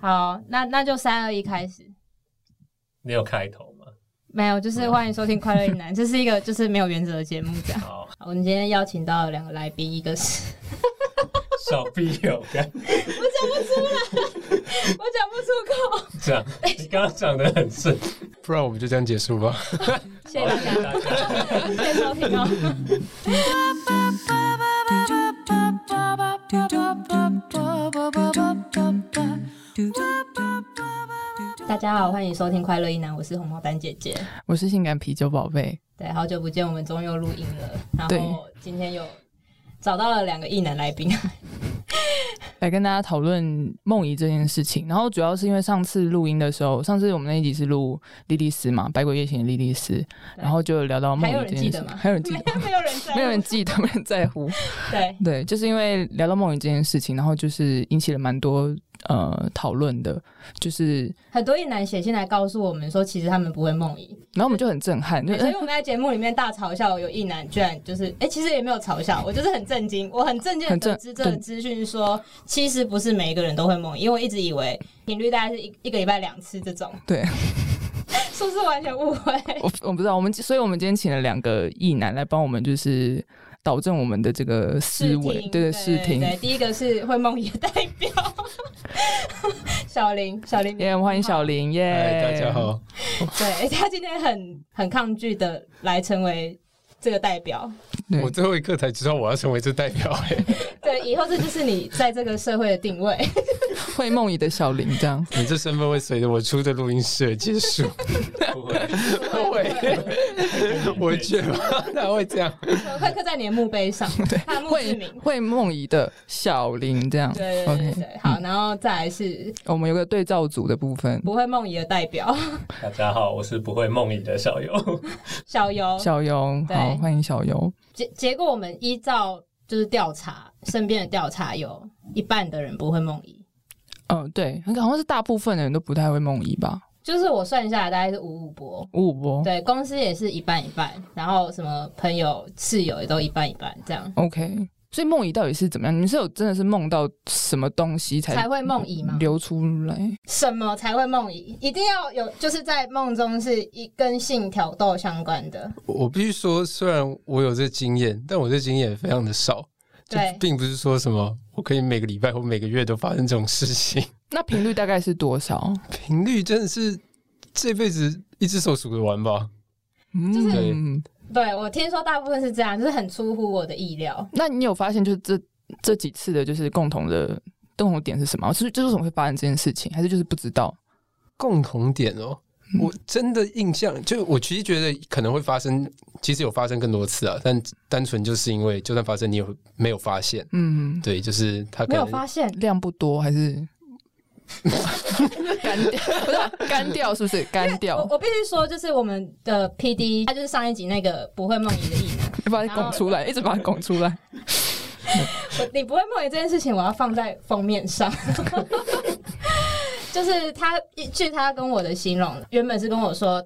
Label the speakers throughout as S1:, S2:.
S1: 好，那那就三二一开始。
S2: 你有开头吗？
S1: 没有，就是欢迎收听《快乐一 男》，这是一个就是没有原则的节目。这样，
S2: 好，
S1: 好 我们今天邀请到了两个来宾，一个是
S2: 小必有干，
S1: 我讲不出口，
S2: 这样你刚刚讲的很 顺，
S3: 不然我们就这样结束吧。
S1: 谢谢大
S2: 谢谢
S1: 家，
S2: 大家。
S1: 谢谢收听哦。 大家好，欢迎收听《快乐一男》，我是红毛丹姐姐。
S4: 我是性感啤酒宝贝，
S1: 对，好久不见，我们终于又录音了。然
S4: 对
S1: 后今天又找到了两个异男来宾，
S4: 来跟大家讨论梦遗这件事情。然后主要是因为上次录音的时候，上次我们那一集是录莉莉丝嘛，《百鬼夜行》的莉莉丝，然后就聊到梦
S1: 还有
S4: 遗
S1: 人
S4: 这
S1: 记
S4: 件
S1: 得
S4: 事
S1: 吗
S4: 情。还 有人记得？
S1: 没有人在，
S4: 没有人记得，没有人在 乎。
S1: 对。
S4: 对，就是因为聊到梦遗这件事情，然后就是引起了蛮多呃讨论的，就是
S1: 很多一男写信来告诉我们说，其实他们不会梦遗，
S4: 然后我们就很震撼，就
S1: 对所以
S4: 哎
S1: 我们在节目里面大嘲笑有一男居然就是，哎、其实也没有嘲笑，我就是很震惊，我很震惊地
S4: 很震
S1: 得知这个资讯说，其实不是每一个人都会梦遗，因为我一直以为频率大概是一一个礼拜两次这种，
S4: 对，
S1: 是不是完全误会？
S4: 哎我我不知道，我们所以我们今天请了两个异男来帮我们，就是导正我们的这个思
S1: 试
S4: 维，
S1: 听，
S4: 对
S1: 对
S4: 视听。
S1: 对，第一个是会梦遗的代表小林，小林，
S4: 耶欢迎小林耶
S3: 嗨，大家。好，
S1: 对哎他今天很很抗拒的来成为这个代表，
S4: 对
S3: 我最后一刻才知道我要成为这代表、哎，
S1: 对，以后这就是你在这个社会的定位。
S4: 会梦遗的小林 这样。
S3: 你这身份会随着我出的录音室而结束。
S2: 不会
S3: 会，我觉得 他会这样。
S1: 会刻在你的墓碑上，他墓志
S4: 会
S1: 铭。
S4: 会梦遗的小林这样。
S1: 对对对
S4: OK，
S1: 对，好，然后再来是
S4: 我们有个对照组的部分，
S1: 不会梦遗的代 表
S2: 大家好，我是不会梦遗的小友。
S1: 小游。
S4: 小游，
S1: 对
S4: 好，欢迎小游。
S1: 结结果我们依照就是调查身边的调查，有一半的人不会梦遗，
S4: 嗯，对，好像是大部分的人都不太会梦遗吧？哦
S1: 就是我算下来大概是五五波。
S4: 五五波
S1: 对，公司也是一半一半，然后什么朋友、室友也都一半一半，这样
S4: ，OK。所以梦遗到底是怎么样？你们是有真的是梦到什么东西才
S1: 才会梦遗吗？
S4: 流出来？
S1: 什么才会梦遗？一定要有，就是在梦中是一跟性挑逗相关的，
S3: 我必须说，虽然我有这经验，但我这经验也非常的少。就
S1: 对
S3: 并不是说什么我可以每个礼拜或每个月都发生这种事 情，
S4: 那频率大概是多少？
S3: 频率真的是这辈子一只手数得完吧。是
S4: 嗯，
S1: 对，我听说大部分是这样，就是很出乎我的意料。
S4: 那你有发现就是这这几次的就是共同的共同点是什么？是就是为什么会发生这件事情，还是就是不知道？
S3: 共同点哦，我真的印象就我其实觉得可能会发生，其实有发生更多次啊，但单纯就是因为就算发生，你有没有发现？
S4: 嗯，
S3: 对，就是他呃可
S1: 没有
S3: 能
S1: 发现，
S4: 量不多 还是干掉？ 不是啊干掉，是不是干掉
S1: 我？我必须说，就是我们的 P D，他就是上一集那个不会梦遗的意男。
S4: 要把它拱出来，一直把它拱出来。
S1: 我你不会梦遗这件事情，我要放在封面上。 就是他，据他跟我的形容，原本是跟我说，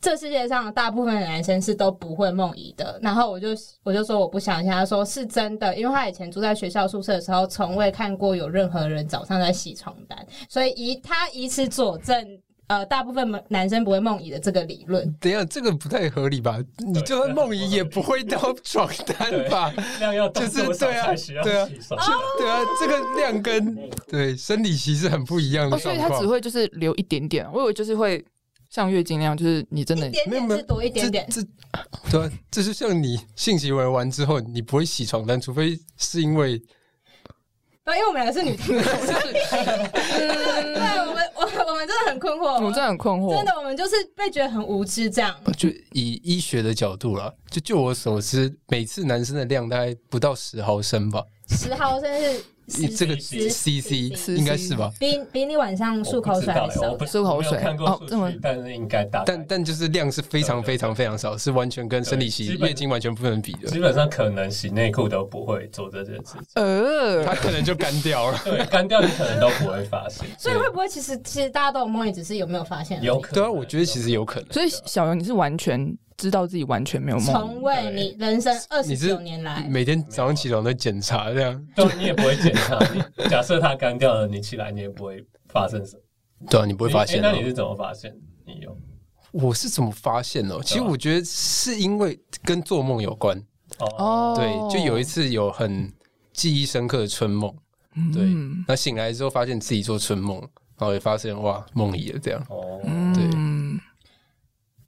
S1: 这世界上大部分的男生是都不会梦遗的。然后我就我就说我不相信，他说是真的，因为他以前住在学校宿舍的时候，从未看过有任何人早上在洗床单，所以以他以此佐证，呃，大部分男生不会梦遗的这个理论。
S3: 等一下这个不太合理吧？你就算梦遗也不会到床单吧？
S2: 量要到
S3: 就是
S2: 多少
S3: 对啊
S2: 才需要
S3: 对啊
S2: 洗手？
S1: 哦
S3: 对啊，这个量跟对生理期是很不一样
S4: 哦，
S3: 的
S4: 所
S3: 状
S4: 以它只
S3: 况。
S4: 会就是留一点点，我以为就是会像月经那样，就是你真的
S1: 一点
S3: 没有
S1: 点
S3: 没有
S1: 是多一点点，
S3: 这这对啊，这就像你性行为完之后，你不会洗床单，除非是因为
S1: 对，因为我们两个是女同志，对，我们我我们真的很困惑，
S4: 我真的很困惑
S1: 哦
S4: 呃
S1: 真。的我们就是被觉得很无知这样。
S3: 就以医学的角度啦，就就我所知，每次男生的量大概不到十毫升吧，
S1: 十毫升是十
S3: 这个
S1: 十
S3: CC
S4: 十
S3: 应该是吧？
S1: 比比你晚上漱口水还
S2: 我
S1: 少
S2: 不。知
S4: 漱
S2: 道欸我
S4: 口
S2: 不
S4: 水
S2: 我没有看过
S4: 哦这
S2: 数
S4: 么
S2: 据，但是应该大概。
S3: 但但就是量是非常
S2: 对对对
S3: 非常非常少，是完全跟生理期
S2: 对基本
S3: 月经完全不能比的，
S2: 基本上可能洗内裤都不会做这件事情，。
S4: 呃
S3: 他，可能就干掉了
S2: 对，干掉你可能都不会发现，
S1: 所以会不会其实其实大家都有梦遗，只是有没有发现？
S2: 有可能。
S3: 对啊，我觉得其实有可能。
S4: 所以小游你是完全知道自己完全没有梦
S1: 从
S4: 遗。
S1: 未你人生二
S3: 你
S1: 十
S3: 是
S1: 九年来，
S3: 每天早上起床都检查这样，
S2: 对，你也不会检查。你假设它干掉了，你起来你也不会发生什么。
S3: 对啊，你不
S2: 不
S3: 会发现、
S2: 哎那
S3: 哦。
S2: 你是怎么发现？你有
S3: 我是怎么发现哦？其实
S2: 啊
S3: 我觉得是因为跟做梦有关。
S2: 哦，
S4: 哦，
S3: 对，就有一次有很记忆深刻的春梦，对
S4: 嗯，
S3: 那醒来之后发现自己做春梦，然后也发现哇梦遗了这样。
S2: 哦，
S3: 对
S4: 嗯，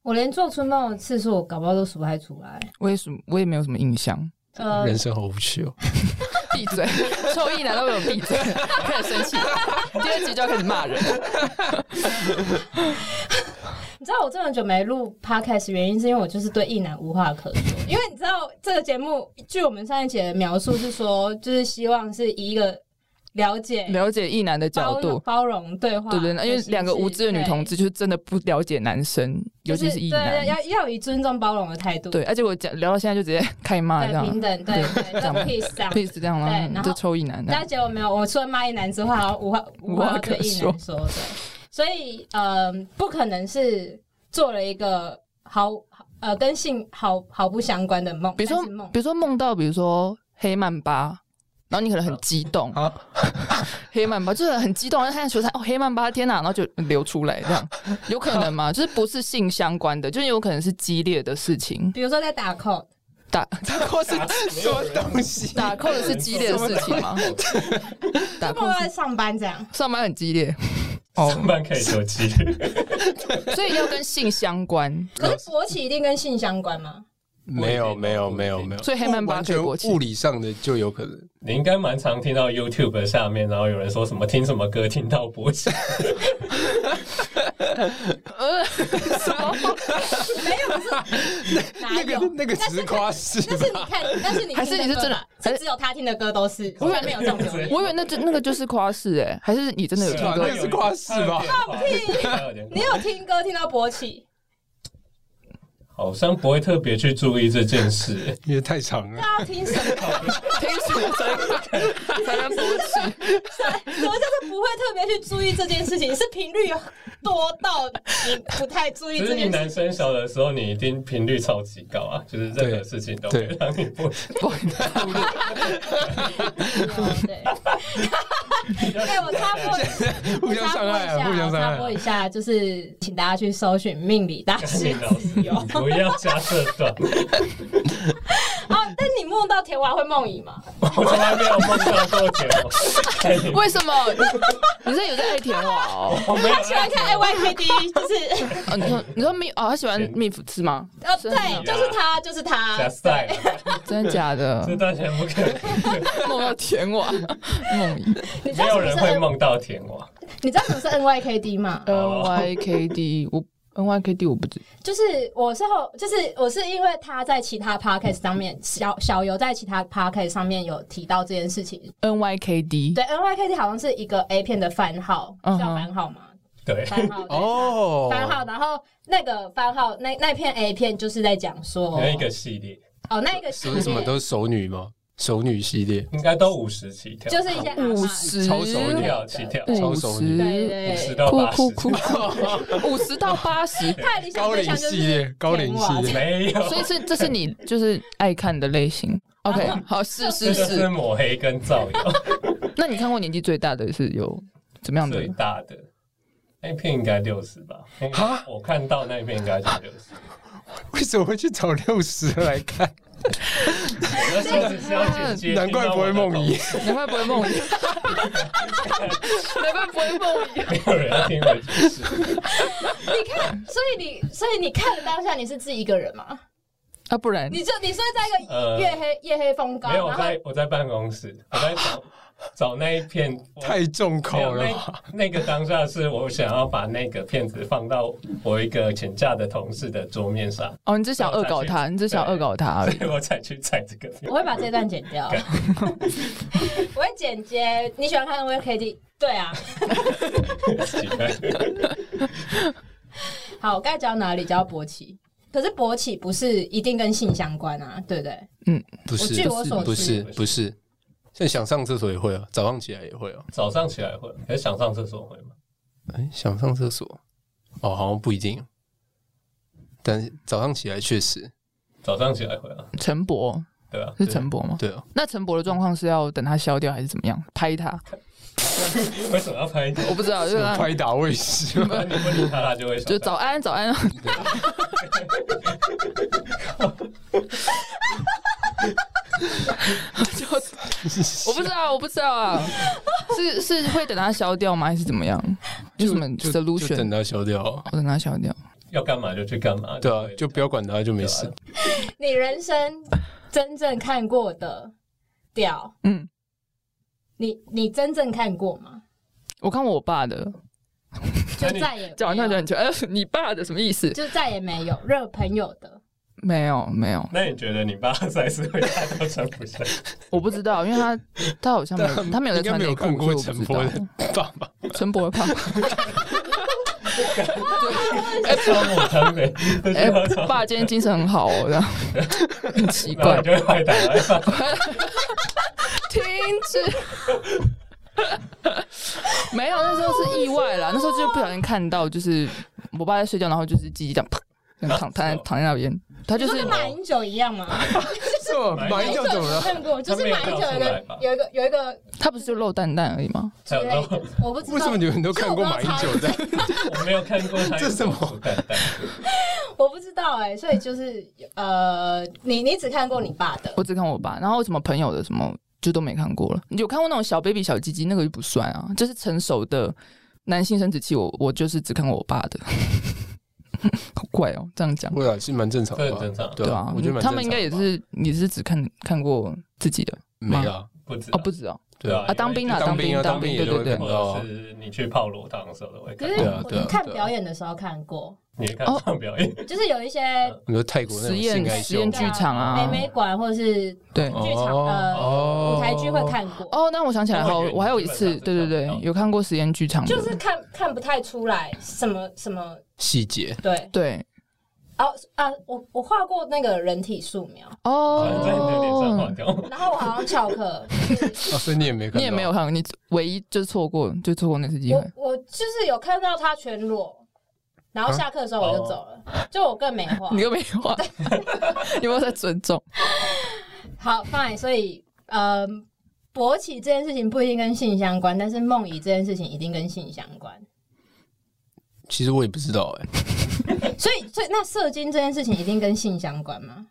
S1: 我连做春梦的次数我搞不好都数不太出来。
S4: 我也什我也没有什么印象。
S1: 呃，
S3: 人生好无趣哦！
S5: 闭嘴！臭意难道没有 闭嘴？开始生气，第二集就要开始骂人。
S1: 你知道我这么久没录 podcast 原因是因为我就是对异男无话可说，因为你知道这个节目，据我们上一节的描述是说，就是希望是以一个了解、
S4: 了解异男的角
S1: 包
S4: 度
S1: 容、，包容对话，
S4: 对对，因为
S1: 就是
S4: 两个无知的女同志就是真的不了解男生，
S1: 对
S4: 尤其是异男
S1: 对，要要以尊重包容的态度，
S4: 对，而且我讲聊到现在就直接开骂这
S1: 对
S4: 样
S1: 平等，对对，
S4: 讲
S1: 就 peace 这样。
S4: ，peace 这样
S1: 对然
S4: 啦，
S1: 后
S4: 就抽异男这
S1: 但
S4: 样，
S1: 结果没有，我除了骂一男之外，好像无 话
S4: 无
S1: 无
S4: 话
S1: 话
S4: 可
S1: 对一
S4: 说
S1: 男说的，所以呃，不可能是做了一个毫呃跟性毫毫不相关的梦，
S4: 比如
S1: 但是
S4: 说
S1: 梦
S4: 比如说梦到比如说黑曼巴。然后你可能很
S1: 哦
S4: 激动，
S3: 啊
S4: 黑曼巴就是很激动，然后看球赛哦，黑曼巴，天哪，然后就流出来这样，有可能吗？就是不是性相关的，就是有可能是激烈的事情，
S1: 比如说在打 call，
S4: 打打 扣是
S2: 什么
S3: 东西
S4: 打扣的是激烈的事 情吗？打
S1: 或
S4: 扣
S1: 者
S4: 是
S1: 在上班这样，
S4: 上班很激烈哦，
S2: 上班可以休息，
S4: 所以要跟性相关，
S1: 可是勃起一定跟性相关 吗？
S3: 没有 没有没有没有，
S4: 所以黑曼巴
S3: 完
S4: 可以
S3: 全
S4: 国旗
S3: 物理上的就有可能。
S2: 你应该蛮常听到 YouTube 的下面，然后有人说什么听什么歌听到勃 起，
S4: 呃，什么？
S1: 没有，不是哪
S3: 那
S1: 有
S3: 个？那个只是夸 饰
S1: 但是你
S3: 吧？
S1: 看，但是你
S4: 还是
S1: 听
S4: 你是
S1: 歌
S4: 真的
S1: 吧
S4: 还
S1: 是
S4: 是
S1: 只有他听的歌都是，从来没有这种留言。
S4: 我以为那就那个就是夸饰哎，还是你真的有听
S3: 啊
S4: 过
S3: 那？个是夸饰吧
S2: 放屁！
S1: 你有听歌听到勃起？
S2: 好像不会特别去注意这件 事，
S3: 因为太长了，
S1: 那要听什么？
S4: 听什么才才能勃起？
S1: 什么叫做不会特别去注意这件事情？是频率多到你不太注意
S2: 就
S1: 这
S2: 是你
S1: 件事
S2: 男生小的时候，你一定频率超级高啊，就是任何
S3: 对
S2: 事情都
S3: 对
S2: 会让你不
S1: 情。对， 哎，我插播一下，
S3: 互相伤害啊，互相
S1: 我
S3: 伤
S1: 插
S3: 害
S1: 播一
S3: 啊。
S1: 下，就是请大家去搜寻命理大师
S2: 你老师
S1: 有。
S2: 不要加这段，
S1: 哦，但你梦到甜娃会梦遗吗？
S2: 我从来没有梦到过节目，
S4: 为什么？你你是有在爱甜娃哦？
S2: 我没
S3: 啊
S2: 有
S1: 他喜欢看 A Y K D，就是
S4: 哦你说你说蜜哦，他喜欢蜜粉是吗？
S1: 呃，
S4: 真的啊
S1: 对，就是他，就是
S2: 加
S1: 他。
S2: 赛了，
S4: 真的假的
S2: 这？段全不可能，
S4: 梦到甜娃，梦遗
S1: 你知道
S2: 没有
S1: 什么
S2: 人
S1: 是
S2: 会
S1: N？
S2: 梦到啊甜娃。
S1: 你知道什么是 N Y K D 吗？
S3: 哦
S4: N Y K D 我。N Y K D 我不知，
S1: 就是我是后，就是我是因为他在其他 podcast 上面，小小游在其他 podcast 上面有提到这件事情。
S4: N Y K D
S1: 对，N Y K D 好像是一个 A 片的番号，
S4: 嗯
S1: 叫
S4: 哼
S1: 番号嘛，
S2: 对，
S1: 番号对
S3: 哦
S1: 番号。然后那个番号，那那片 A 片就是在讲说，
S2: 那一个系列
S1: 哦，那一个系
S3: 所以什么
S1: 列
S3: 都是熟女吗？熟女系列，
S2: 应该都五十起跳，
S1: 就是一些阿
S4: 五
S1: 嬷
S4: 十
S3: 超熟
S2: 起
S3: 的
S2: 跳起跳，
S4: 五
S3: 超熟
S1: 对对
S4: 十
S2: 五
S1: 对，
S2: 十到
S4: 酷
S2: 八十
S4: 酷，酷， 五十到八十，
S1: 他的理想
S3: 高
S1: 对
S3: 龄
S1: 象就是
S3: 系列，高龄系
S1: 甜娃
S3: 列。
S2: 没有，
S4: 所 以是这是你就是爱看的类型。OK，好，哦是
S2: 这
S4: 是
S2: 就是是。抹黑跟造 谣
S4: 那你看过年纪最大的是有怎么样的
S2: 最？大的。那片应该六十吧？
S3: 哈
S2: 我看到那片应该是六十。
S3: 为什么会去找六十来看？
S2: 我那时候只是要剪接，
S3: 难怪不会梦遗。
S4: 难怪不会 梦遗，难怪不会梦遗。
S2: 没有人要听我解释。
S1: 你看，所以你所以你看了当下，你是自己一个人吗？
S4: 啊，不然
S1: 你就你说在一个
S2: 呃
S1: 月黑夜黑风高，
S2: 没有，我
S1: 然后
S2: 在我在办公室，我在找找那一片。我
S3: 太重口
S2: 没有
S3: 了
S2: 那
S3: 吧？
S2: 那个当下是我想要把那个片子放到我一个请假的同事的桌面上，
S4: 哦，你只想恶搞他，你只想恶搞
S3: 啊
S4: 他而
S2: 所
S4: 已。
S2: 以我才去踩这个片
S1: 我。会把这段剪掉， 我会剪接。你喜欢看 V K D？对啊。
S2: 奇怪
S1: 好，我刚才讲到哪里？讲到勃起。可是勃起不是一定跟性相关啊，对不对？
S3: 不
S1: 我
S3: 是
S1: 据我所，
S3: 不
S1: 知
S3: 是，不是。像想上厕所也会啊，早上起来也会啊。
S2: 早上起来会，可是想上厕所会吗？
S3: 哎，想上厕所，哦，好像不一定。但早上起来确实，
S2: 早上起来回啊，
S4: 陈博
S2: 对吧？
S4: 是
S3: 对
S4: 陈博吗？
S3: 对啊，
S4: 那陈博的状况是要等他消掉还是怎么样？拍他？
S2: 为什么要拍 你？
S4: 我不知道，就是他啊
S3: 拍打卫 视，
S2: 不然你不理他，他就会想
S4: 就早安早 安，就我不知道我不知道 啊，是是会等他消掉吗？还是怎么样？有什么
S3: 就就
S4: solution？
S3: 等它消掉啊。
S4: 我等他消掉。
S2: 要干嘛就去干嘛。
S3: 对啊，
S2: 会
S3: 就不要管它，就没事
S2: 对。
S1: 你人生真正看过的屌，
S4: 嗯，
S1: 你你真正看过吗？
S4: 我看过我爸的，
S1: 就
S2: 那你
S1: 再也没有
S4: 讲完那就很久。哎，你爸的什么意思？
S1: 就再也没有热朋友的。
S4: 没有没有，
S2: 那你觉得你爸 赛事会大到成不成？
S4: 我不知道，因为他他好像 没啊有，他没有在
S3: 应该
S4: 穿
S3: 没
S4: 内
S3: 有
S4: 裤
S3: 看，
S4: 所
S3: 过
S4: 以我不
S3: 陈
S4: 知
S3: 波
S4: 道。
S3: 的爸 爸，
S4: 陈博的 爸爸，
S2: 超母汤的，这
S4: 哎
S2: 句话超，
S4: 爸今天精神很好哦，这样很奇
S2: 然后
S4: 怪
S2: 你。就会坏打来吧。
S4: 停止。没有，那时候是意外啦，那时候就不小心看到，就是我爸在睡觉，然后就是鸡鸡这样啪，这样躺躺在躺在那边，他就
S1: 就是跟马英九一样吗？
S3: 是吗
S2: 马英
S1: 英九 看过，就是马英九有一个有一个有一个
S4: 他不是就露蛋蛋而已吗？
S1: 之类 的，我不知道
S3: 为什么你们都看过马英九的？
S2: 我没有看过他，
S3: 这是什么
S2: 蛋蛋？
S1: 我不知道哎、所以就是呃，你你只看过你爸的，
S4: 我只看我爸，然后什么朋友的什么就都没看过了。你有看过那种小 baby 小鸡鸡，那个就不算啊，就是成熟的男性生殖器，我我就是只看过我爸的， 好怪哦，这样讲。
S3: 对啊，是蛮正常
S2: 这
S3: 的
S2: 很
S3: 吧
S2: 正？常，
S3: 对啊
S4: 啊，，
S3: 我觉得蛮
S4: 他们应该也
S3: 正常的吧
S4: 是，你是只看看过自己的
S3: 没啊，
S2: 不知道
S4: 哦，不知道
S3: 对啊
S2: 对，
S4: 啊，当兵啊，
S3: 当兵
S4: 兵
S3: 啊，
S4: 当
S3: 当兵也
S4: 对
S3: 都
S4: 对
S3: 会
S4: 对
S3: 看，
S2: 或
S3: 到啊
S2: 者是你去泡裸汤的时候都会
S1: 可
S2: 看
S1: 是
S3: 对。啊对啊
S1: 我看表演的时候看过，
S2: 你看上表演，
S1: 就是有一些
S3: 你说泰国那种
S4: 实验
S3: 性爱秀
S4: 实验剧场啊
S1: 美美馆或者是
S4: 对。
S1: 剧场、呃
S3: 哦
S1: 舞台剧会看过，
S4: 哦，那我想起来，
S2: 那
S4: 好
S2: 我觉，得
S4: 我还有一
S2: 基本
S4: 次，
S2: 上
S4: 对
S2: 是
S4: 对
S2: 这样子，哦
S4: 对有看过实验剧场的，
S1: 就是看看不太出来什么什么
S3: 细节，
S1: 对，
S4: 对
S1: 哦啊，我我画过那个人体素描，
S2: 在你的脸上划
S4: 哦，
S2: 掉。
S1: 然后我好像翘 课，
S3: 啊所以你也没看到，
S4: 你也没有看过，你唯一就是错过，就错过那次机会
S1: 我。我就是有看到他全裸，然
S3: 啊
S1: 后下课的时候我就走了，
S3: 哦
S1: 就我更没画。
S4: 你又没画， 有没有在尊重？
S1: 好，fine，所以呃，勃起这件事情不一定跟性相关，但是梦遗这件事情一定跟性相关。
S3: 其实我也不知道哎、
S1: 所以，所以那射精这件事情一定跟性相关吗？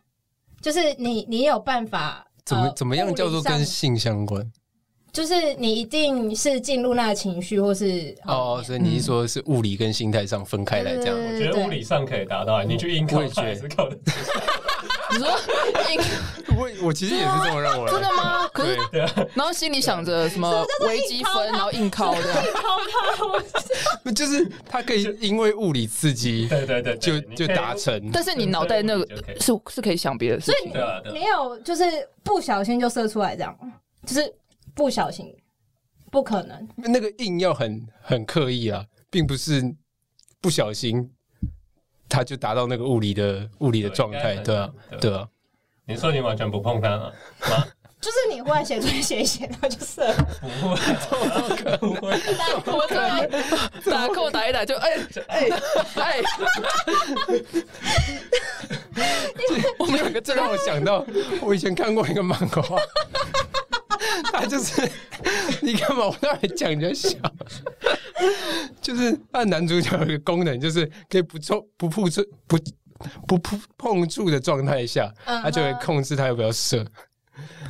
S1: 就是你，你有办法
S3: 怎么
S1: 呃
S3: 怎么样叫做
S1: 物
S3: 跟
S1: 理上
S3: 性相关？
S1: 就是你一定是进入那个情绪，或是
S3: 哦，所以你是说是物理跟心态上分开来这样？
S1: 对对对
S2: 觉得物理上可以达到，你去硬
S3: 我
S2: 考
S3: 也觉
S2: 他
S3: 得
S2: 也是考的。
S4: 你说硬
S3: 我我其实也是这么认为，
S1: 啊
S4: 真 的吗？可
S3: 对
S4: 是， 然后心里想着什么微积分，然后硬靠这 样。
S3: 那就是它可以因为物理刺激
S2: 对对对，对
S3: 就
S2: 你
S3: 就
S2: 可以
S3: 达成。
S4: 但是你脑袋那个
S2: 对对对
S4: 是是可以想别的事情，
S2: 对啊，对啊
S1: 你有就是不小心就射出来这样吗，就是不小心，不可能。
S3: 那个硬要很很刻意啊，并不是不小心，它就达到那个物理的物理的状态，
S2: 对
S3: 对啊，对啊，
S2: 你说你完全不碰他啊？妈，
S1: 就是你忽然写出来写一写，然后就射了。
S2: 不会，不会，
S4: 我突然打扣打一打就哎哎哎，
S3: 我们有一个，这让我想到，我以前看过一个漫画， 他就是你干嘛？我那里讲人家小，就是他的男主角有一个功能，就是可以不触不碰触不不碰碰触的状态下，
S1: 嗯
S3: 他就会控制他要不要射。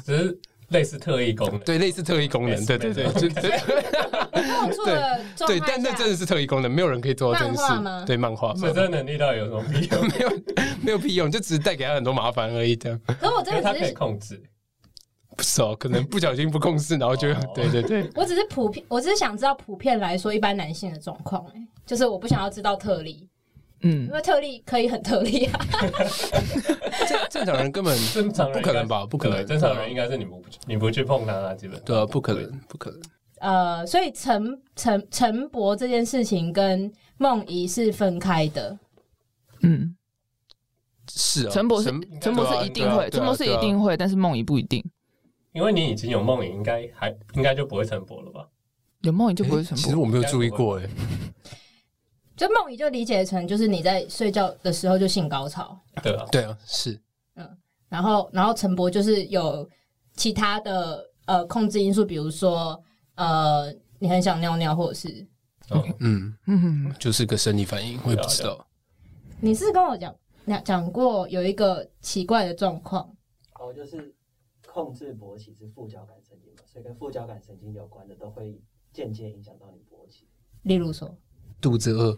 S2: 只是类似特异功能。
S3: 对，类似特异功能，对对对，就对
S1: 碰触的状态
S3: 对，但那
S1: 下
S3: 真的是特异功能，没有人可以做到这件
S1: 漫画吗
S3: 事。对，漫画
S2: 所以这个能力到底有什么必 要？
S3: 没有没有屁用，就只是带给他很多麻烦而已。这样
S1: 可是我真
S2: 他
S1: 的只
S2: 可以
S1: 是，
S2: 控制，
S3: 不是哦，可能不小心不控制，然后就
S2: 哦
S3: 对对对。
S1: 我只是普遍，我只是想知道普遍来说一般男性的状况、哎，就是我不想要知道特例，因
S4: 嗯，
S1: 为特例可以很特例啊。
S3: 正正常人根本
S2: 正常人
S3: 不可能吧？不可能，
S2: 对正常人应该是你不你不去碰他啊，基本上
S3: 对啊，不可能，不可能。
S1: 呃，所以陈陈陈博这件事情跟梦怡是分开的，
S4: 嗯，
S3: 是啊，
S4: 陈博士
S3: 陈啊
S4: 陈博士一定会，陈博士一定会，但是梦怡不一定。
S2: 因为你已经有梦影，应该还应该就不会晨勃了吧？
S4: 有梦怡就不会
S3: 诶
S4: 陈
S3: 其实
S4: 博，
S3: 我没有注意过哎，
S1: 就梦遗就理解成就是你在睡觉的时候就性高潮，
S2: 对啊，
S3: 对啊，是
S1: 然后然后陈博就是有其他的呃控制因素，比如说呃你很想尿尿，或者是
S2: 嗯
S3: 嗯，
S4: 嗯，
S3: 就是个生理反应，我也不知道。
S1: 你是跟我讲讲讲过有一个奇怪的状况，
S6: 哦，就是控制勃起是副交感神经嘛，所以跟副交感神经有关的都会间接影响到你勃起。
S1: 例如说
S3: 肚子饿，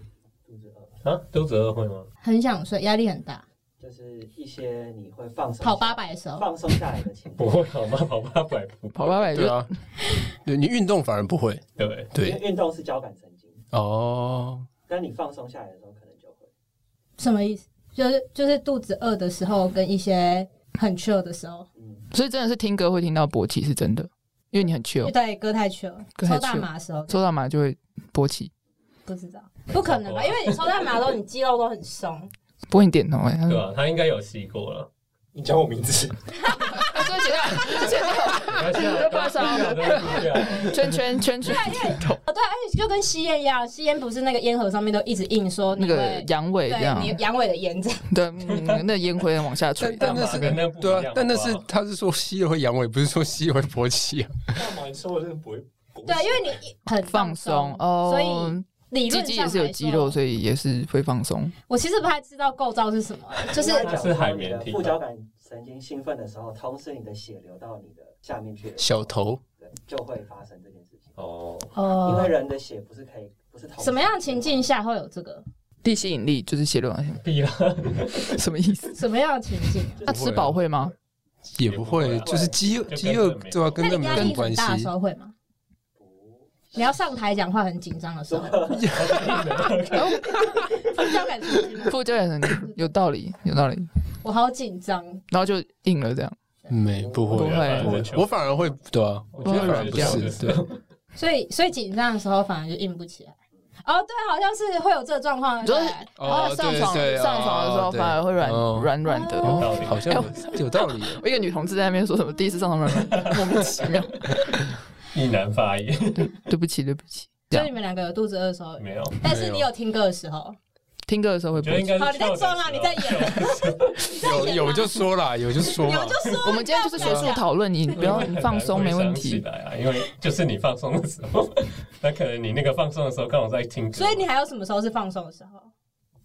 S6: 肚子饿，
S2: 啊，肚子饿会吗？
S1: 很想睡，压力很大，
S6: 就是一些你会放松
S1: 跑八百的时候，
S6: 放松下来的 情
S2: 不
S6: 况。
S2: 会好吗？跑八百步，
S4: 跑八百
S3: 对
S4: 就
S3: 啊，对你运动反而不会，
S2: 对，
S6: 因
S3: 对
S6: 为运动是交感神经，
S3: 哦，
S6: 但你放松下来的时候可能就会。
S1: 什么意思？就是就是肚子饿的时候，跟一些很 chill 的时候，
S6: 嗯，
S4: 所以真的是听歌会听到勃起是真的，因为你很
S1: 就
S4: chill，
S1: 对歌太 chill，
S4: 歌太
S1: 抽大
S4: chill
S1: 麻的时候
S4: 抽到麻就会勃起。
S1: 不知道，不可能吧？因为你抽大麻的时候，你肌肉都很松，
S4: 不会你点头哎、他
S2: 对
S4: 说
S2: 啊，他应该有吸过了。你叫我名字，
S5: 所以觉得
S2: 没关系啊，
S5: 不好意思啊
S2: 都都低调
S5: 圈圈圈圈
S1: 哦，对啊，而且就跟吸烟一样，吸烟不是那个烟盒上面都一直印说你会
S4: 那个阳痿这
S1: 对
S4: 样
S1: 你，阳痿的烟 这样，
S4: 对，嗯那烟灰往下
S3: 但
S4: 垂。
S3: 但那是
S2: 大麻跟那不一
S3: 对
S2: 样
S3: 啊，但那是
S2: 好不好
S3: 他是说吸了会阳痿，不是说吸了会勃起啊。
S2: 干嘛？你说我真的不会。
S1: 对，啊因为你一很
S4: 放松
S1: 松
S4: 哦，
S1: 所以理
S4: 鸡
S1: 论
S4: 鸡
S1: 上
S4: 也
S1: 来
S4: 是有肌肉，
S1: 说
S4: 所以也是会放松。
S1: 我其实不太知道构造是什么，就是
S6: 应该
S2: 它
S6: 讲
S2: 是海
S6: 说你
S2: 绵
S6: 的
S2: 体
S6: 副
S2: 吧
S6: 交感神经兴奋的时候，同时你的血流到你的下面去的时候
S3: 小头，
S6: 对，就会发生这件事情。
S2: 哦，
S6: 因为
S1: 呃，
S6: 人的血不是可以，不是同时
S1: 什么样情境下会有这个？
S4: 地吸引力就是血流往下，
S2: 必了，
S4: 什么意思？
S1: 什么样的情境？啊
S4: 那吃饱会啊吗？
S3: 也不会
S2: 也，不会
S3: 就是饥饿
S2: 就跟
S3: 饥
S2: 这
S3: 饿
S2: 没有
S3: 啊对啊，跟
S1: 那
S3: 这
S1: 你
S3: 没
S1: 压
S3: 有什
S1: 力
S3: 么
S1: 很
S3: 关系
S1: 大的。时候会吗？
S6: 不
S1: 你要上台讲话很紧张的时候，副交感神经吗，
S4: 副交感神经有道理，有道理。
S1: 我好紧张，
S4: 然后就硬了这样，
S3: 没不
S4: 不
S3: 会，
S4: 会
S3: 不会我反而会对啊，我
S4: 觉得
S3: 反而不是
S2: 就是
S3: 对，
S1: 所以所以紧张的时候反而就硬不起来。哦，对，好像是会有这个状况，
S4: 就是
S1: 对不对
S4: 然后上床
S3: 对
S4: 上床的时候
S3: 哦对
S4: 反而会软
S3: 哦
S4: 软软的。
S2: 道理
S3: 哦，好像有有道理。
S4: 我一个女同志在那边说什么第一次上床软软的，莫名其妙。
S2: 一男发言
S4: 对不起，对不起。
S1: 就
S4: 这样
S1: 你们两个有肚子饿的时候，
S2: 没有，
S1: 但是你有听歌的时候，
S4: 听歌的时候会
S2: 我觉得应
S4: 播。
S2: 该
S1: 好，
S2: 是
S1: 你在
S2: 跳的时
S1: 装
S2: 候
S1: 啊，你在演，
S3: 有有就说啦，有就说
S1: 有
S3: 嘛
S1: 就，说，
S4: 我们今天就是学术讨论， 你不要你放松没问
S2: 因为
S4: 题
S2: 很难回想起。来啊，因为就是你放松的时候，那可能你那个放松的时候刚好在听歌，
S1: 所以你还有什么时候是放松的时候？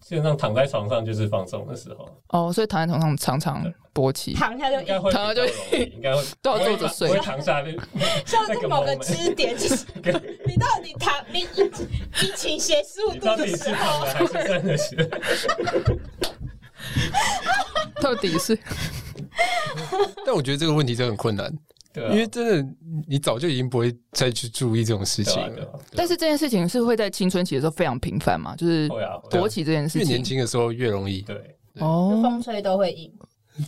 S2: 基本上躺在床上就是放松的时候，
S4: 哦，所以躺在床上常常勃起，
S1: 躺下就
S2: 应该会比较容易，应该会
S4: 都有坐着
S2: 不
S4: 睡
S2: 会。躺下去，
S1: 像是某个支点，就是你到底躺你你倾斜十五
S2: 你
S1: 度
S2: 到
S1: 的
S2: 底是
S1: 时
S2: 躺
S1: 候
S2: 了，还是站着起来？
S4: 到底 是
S3: 但我觉得这个问题真的很困难，
S2: 对啊，
S3: 因为真的你早就已经不会再去注意这种事
S2: 对
S3: 情
S2: 啊对
S3: 了。
S2: 啊
S4: 但是这件事情是会在青春期的时候非常频繁嘛，就是
S2: 会啊，
S4: 勃起这件事
S3: 越年
S4: 情。
S3: 轻的时候越容易，
S2: 对，啊
S4: 哦，
S1: 风吹都会硬，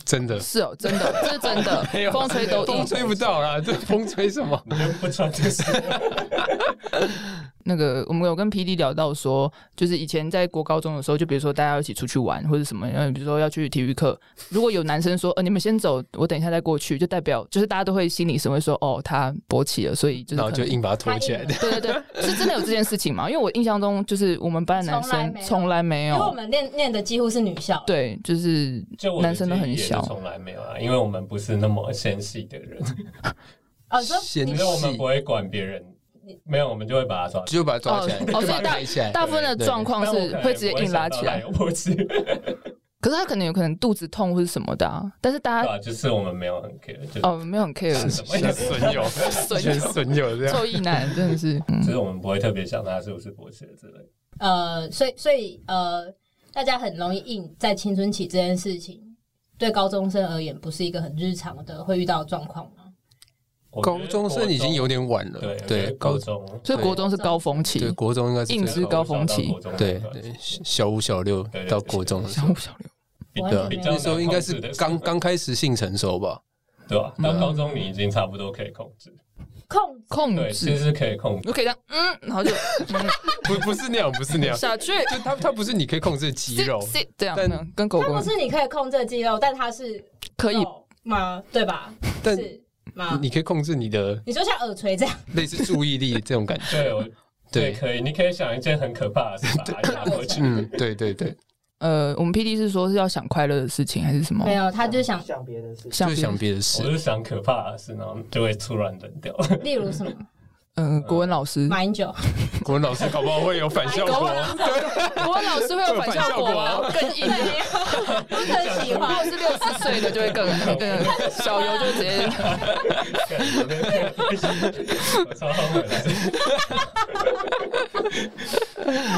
S3: 真的
S4: 是哦，真 的，这是真的
S3: 没有，
S4: 风吹都硬
S3: 风。吹不到啦，这风吹什么？
S2: 你就不穿就是
S4: 那个我们有跟 P D 聊到说，就是以前在国高中的时候，就比如说大家一起出去玩或者什么，然后比如说要去体育课，如果有男生说，呃，你们先走，我等一下再过去，就代表就是大家都会心里是会说，哦，他勃起了，所以就是
S3: 然后
S4: 可
S3: 就
S4: 能
S3: 硬把它拖起来的。
S4: 对对对，是真的有这件事情吗？因为我印象中就是我们班的男
S1: 从来
S4: 生
S1: 没有因为
S4: 从来没
S1: 我
S4: 有，
S1: 们练练的几乎是女校，
S4: 对，就是
S2: 就我的
S4: 男生都很
S2: 记忆也
S4: 小
S2: 是从来没有啊，因为我们不是那么纤细的人，
S1: 哦，你说
S3: 先
S2: 因为我们不会管别人，没有我们就会把它抓起来。
S3: 就把它抓起来，
S4: 哦
S3: 就
S4: 哦所以
S3: 把它
S4: 大
S3: 抬起来。
S4: 大部分的状况
S2: 但我可
S4: 是
S2: 能
S4: 会直接硬拉起来
S2: 也，不会想到奶油勃起，
S4: 可是他可能有可能肚子痛或是什么的、啊，但是大
S2: 对
S4: 家
S2: 啊，就是我们没有很 care，就是
S4: 哦没有 很 care
S2: 什么意思？
S3: 损友，
S4: 损
S3: 选损友这样。
S4: 臭意男真 的是，嗯
S2: 就是我们不会特别想他是不是勃起的之类的。
S1: 呃，所以所以呃，大家很容易硬在青春期这件事情，对高中生而言不是一个很日常的会遇到的状况吗？
S2: 我觉得
S3: 高中生已经有点晚了，
S2: 对
S3: 对
S2: 我觉得
S3: 高
S2: 高中
S4: 所以国中是高峰期
S3: 对，国中应该是
S4: 硬是高峰期
S3: 对对小五小六
S2: 对对
S3: 到
S2: 对
S3: 国中的时
S4: 小
S3: 候，
S4: 五小六，
S2: 比
S1: 我
S3: 对啊
S1: 完全没
S2: 较
S1: 有
S3: 那时候应该是刚刚嗯开始性成熟吧？
S2: 对吧？到高中你已经差不多可以控制，
S1: 控
S4: 控
S2: 对，其实
S4: 制，
S2: 是可以控制。
S4: 就可以这样，嗯，然后就、嗯、
S3: 不不是那样，不是 那样，
S4: 下去，
S3: 就它它不是你可以控制的 肌肉，
S4: sit- sit 这样
S3: 但，
S4: 嗯跟狗
S1: 它
S4: 狗
S1: 不是你可以控制的肌肉，但它是
S4: 可以
S1: 肉吗？对吧？
S3: 但
S1: 是吗？
S3: 你可以控制你的
S1: 你就像耳垂这样，
S3: 类似注意力这种感觉。
S2: 对，我对，
S3: 对，
S2: 可以，你可以想一件很可怕的事把它压过去。
S3: 嗯，对对对，
S4: 呃，我们 P D 是说是要想快乐的事情还是什
S3: 哦
S4: 么？
S1: 没有，他就想，
S6: 想别的事情，
S4: 像
S3: 就是想别的
S2: 我
S3: 事，
S2: 是想可怕的事，然后就会突然冷掉。
S1: 例如什么
S4: 嗯，国文老师，
S1: 马英 九，
S3: 国文老师搞不好会有反效
S4: 国
S3: 果
S4: 文。国文老师会有反效果啊，更硬。
S1: 不可喜
S4: 如果
S1: 欢。
S4: 是六十岁的，就会更更小游就直接
S2: 我超后悔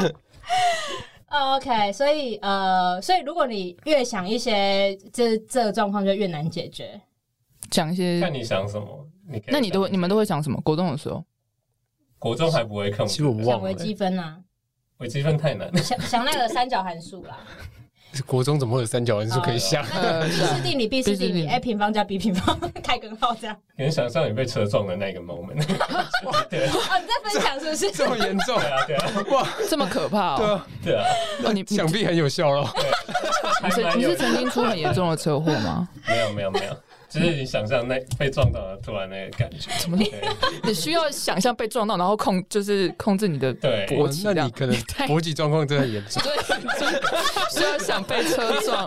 S2: 的。
S1: 哦 OK，所以呃，所以如果你越想一些这这个状况，就越难解决。
S4: 讲一些
S2: 看。你想什么，你可以
S4: 那你都
S2: 想
S4: 你们都会想什么？国中的时候，
S2: 国中还不会看，
S3: 其实我
S1: 想
S3: 忘了
S1: 微、
S3: 欸
S1: 积分啊，
S2: 微积分太难了。
S1: 想想那个三角函数啦，
S3: 国中怎么会有三角函数可以下？
S4: 呃，
S1: B 是定理，B 是定
S4: 毕氏定
S1: 理
S4: 理
S1: ，a 平方加 b 平方开根号这样。
S2: 你能想象你被车撞的那个 moment？
S1: 哦，你在分享是不是？
S3: 这么严重？
S2: 对啊，对啊，
S3: 哇，
S4: 这么可怕
S3: 对
S4: 哦！
S3: 啊，
S2: 对啊，
S4: 哦你你
S3: 想必很有效咯。
S2: 还
S4: 是
S2: 蛮
S4: 你
S2: 有
S4: 是曾经出很严重的车祸吗？
S2: 没有没有没有，只是你想象那被撞到的突然那个感觉。
S4: 怎么你需要想象被撞到，然后控就是控制你的
S2: 对
S4: 勃起
S3: 哦那
S4: 量
S3: 你可 能勃起状况真的很 严重。
S4: 对， 需要想被车撞，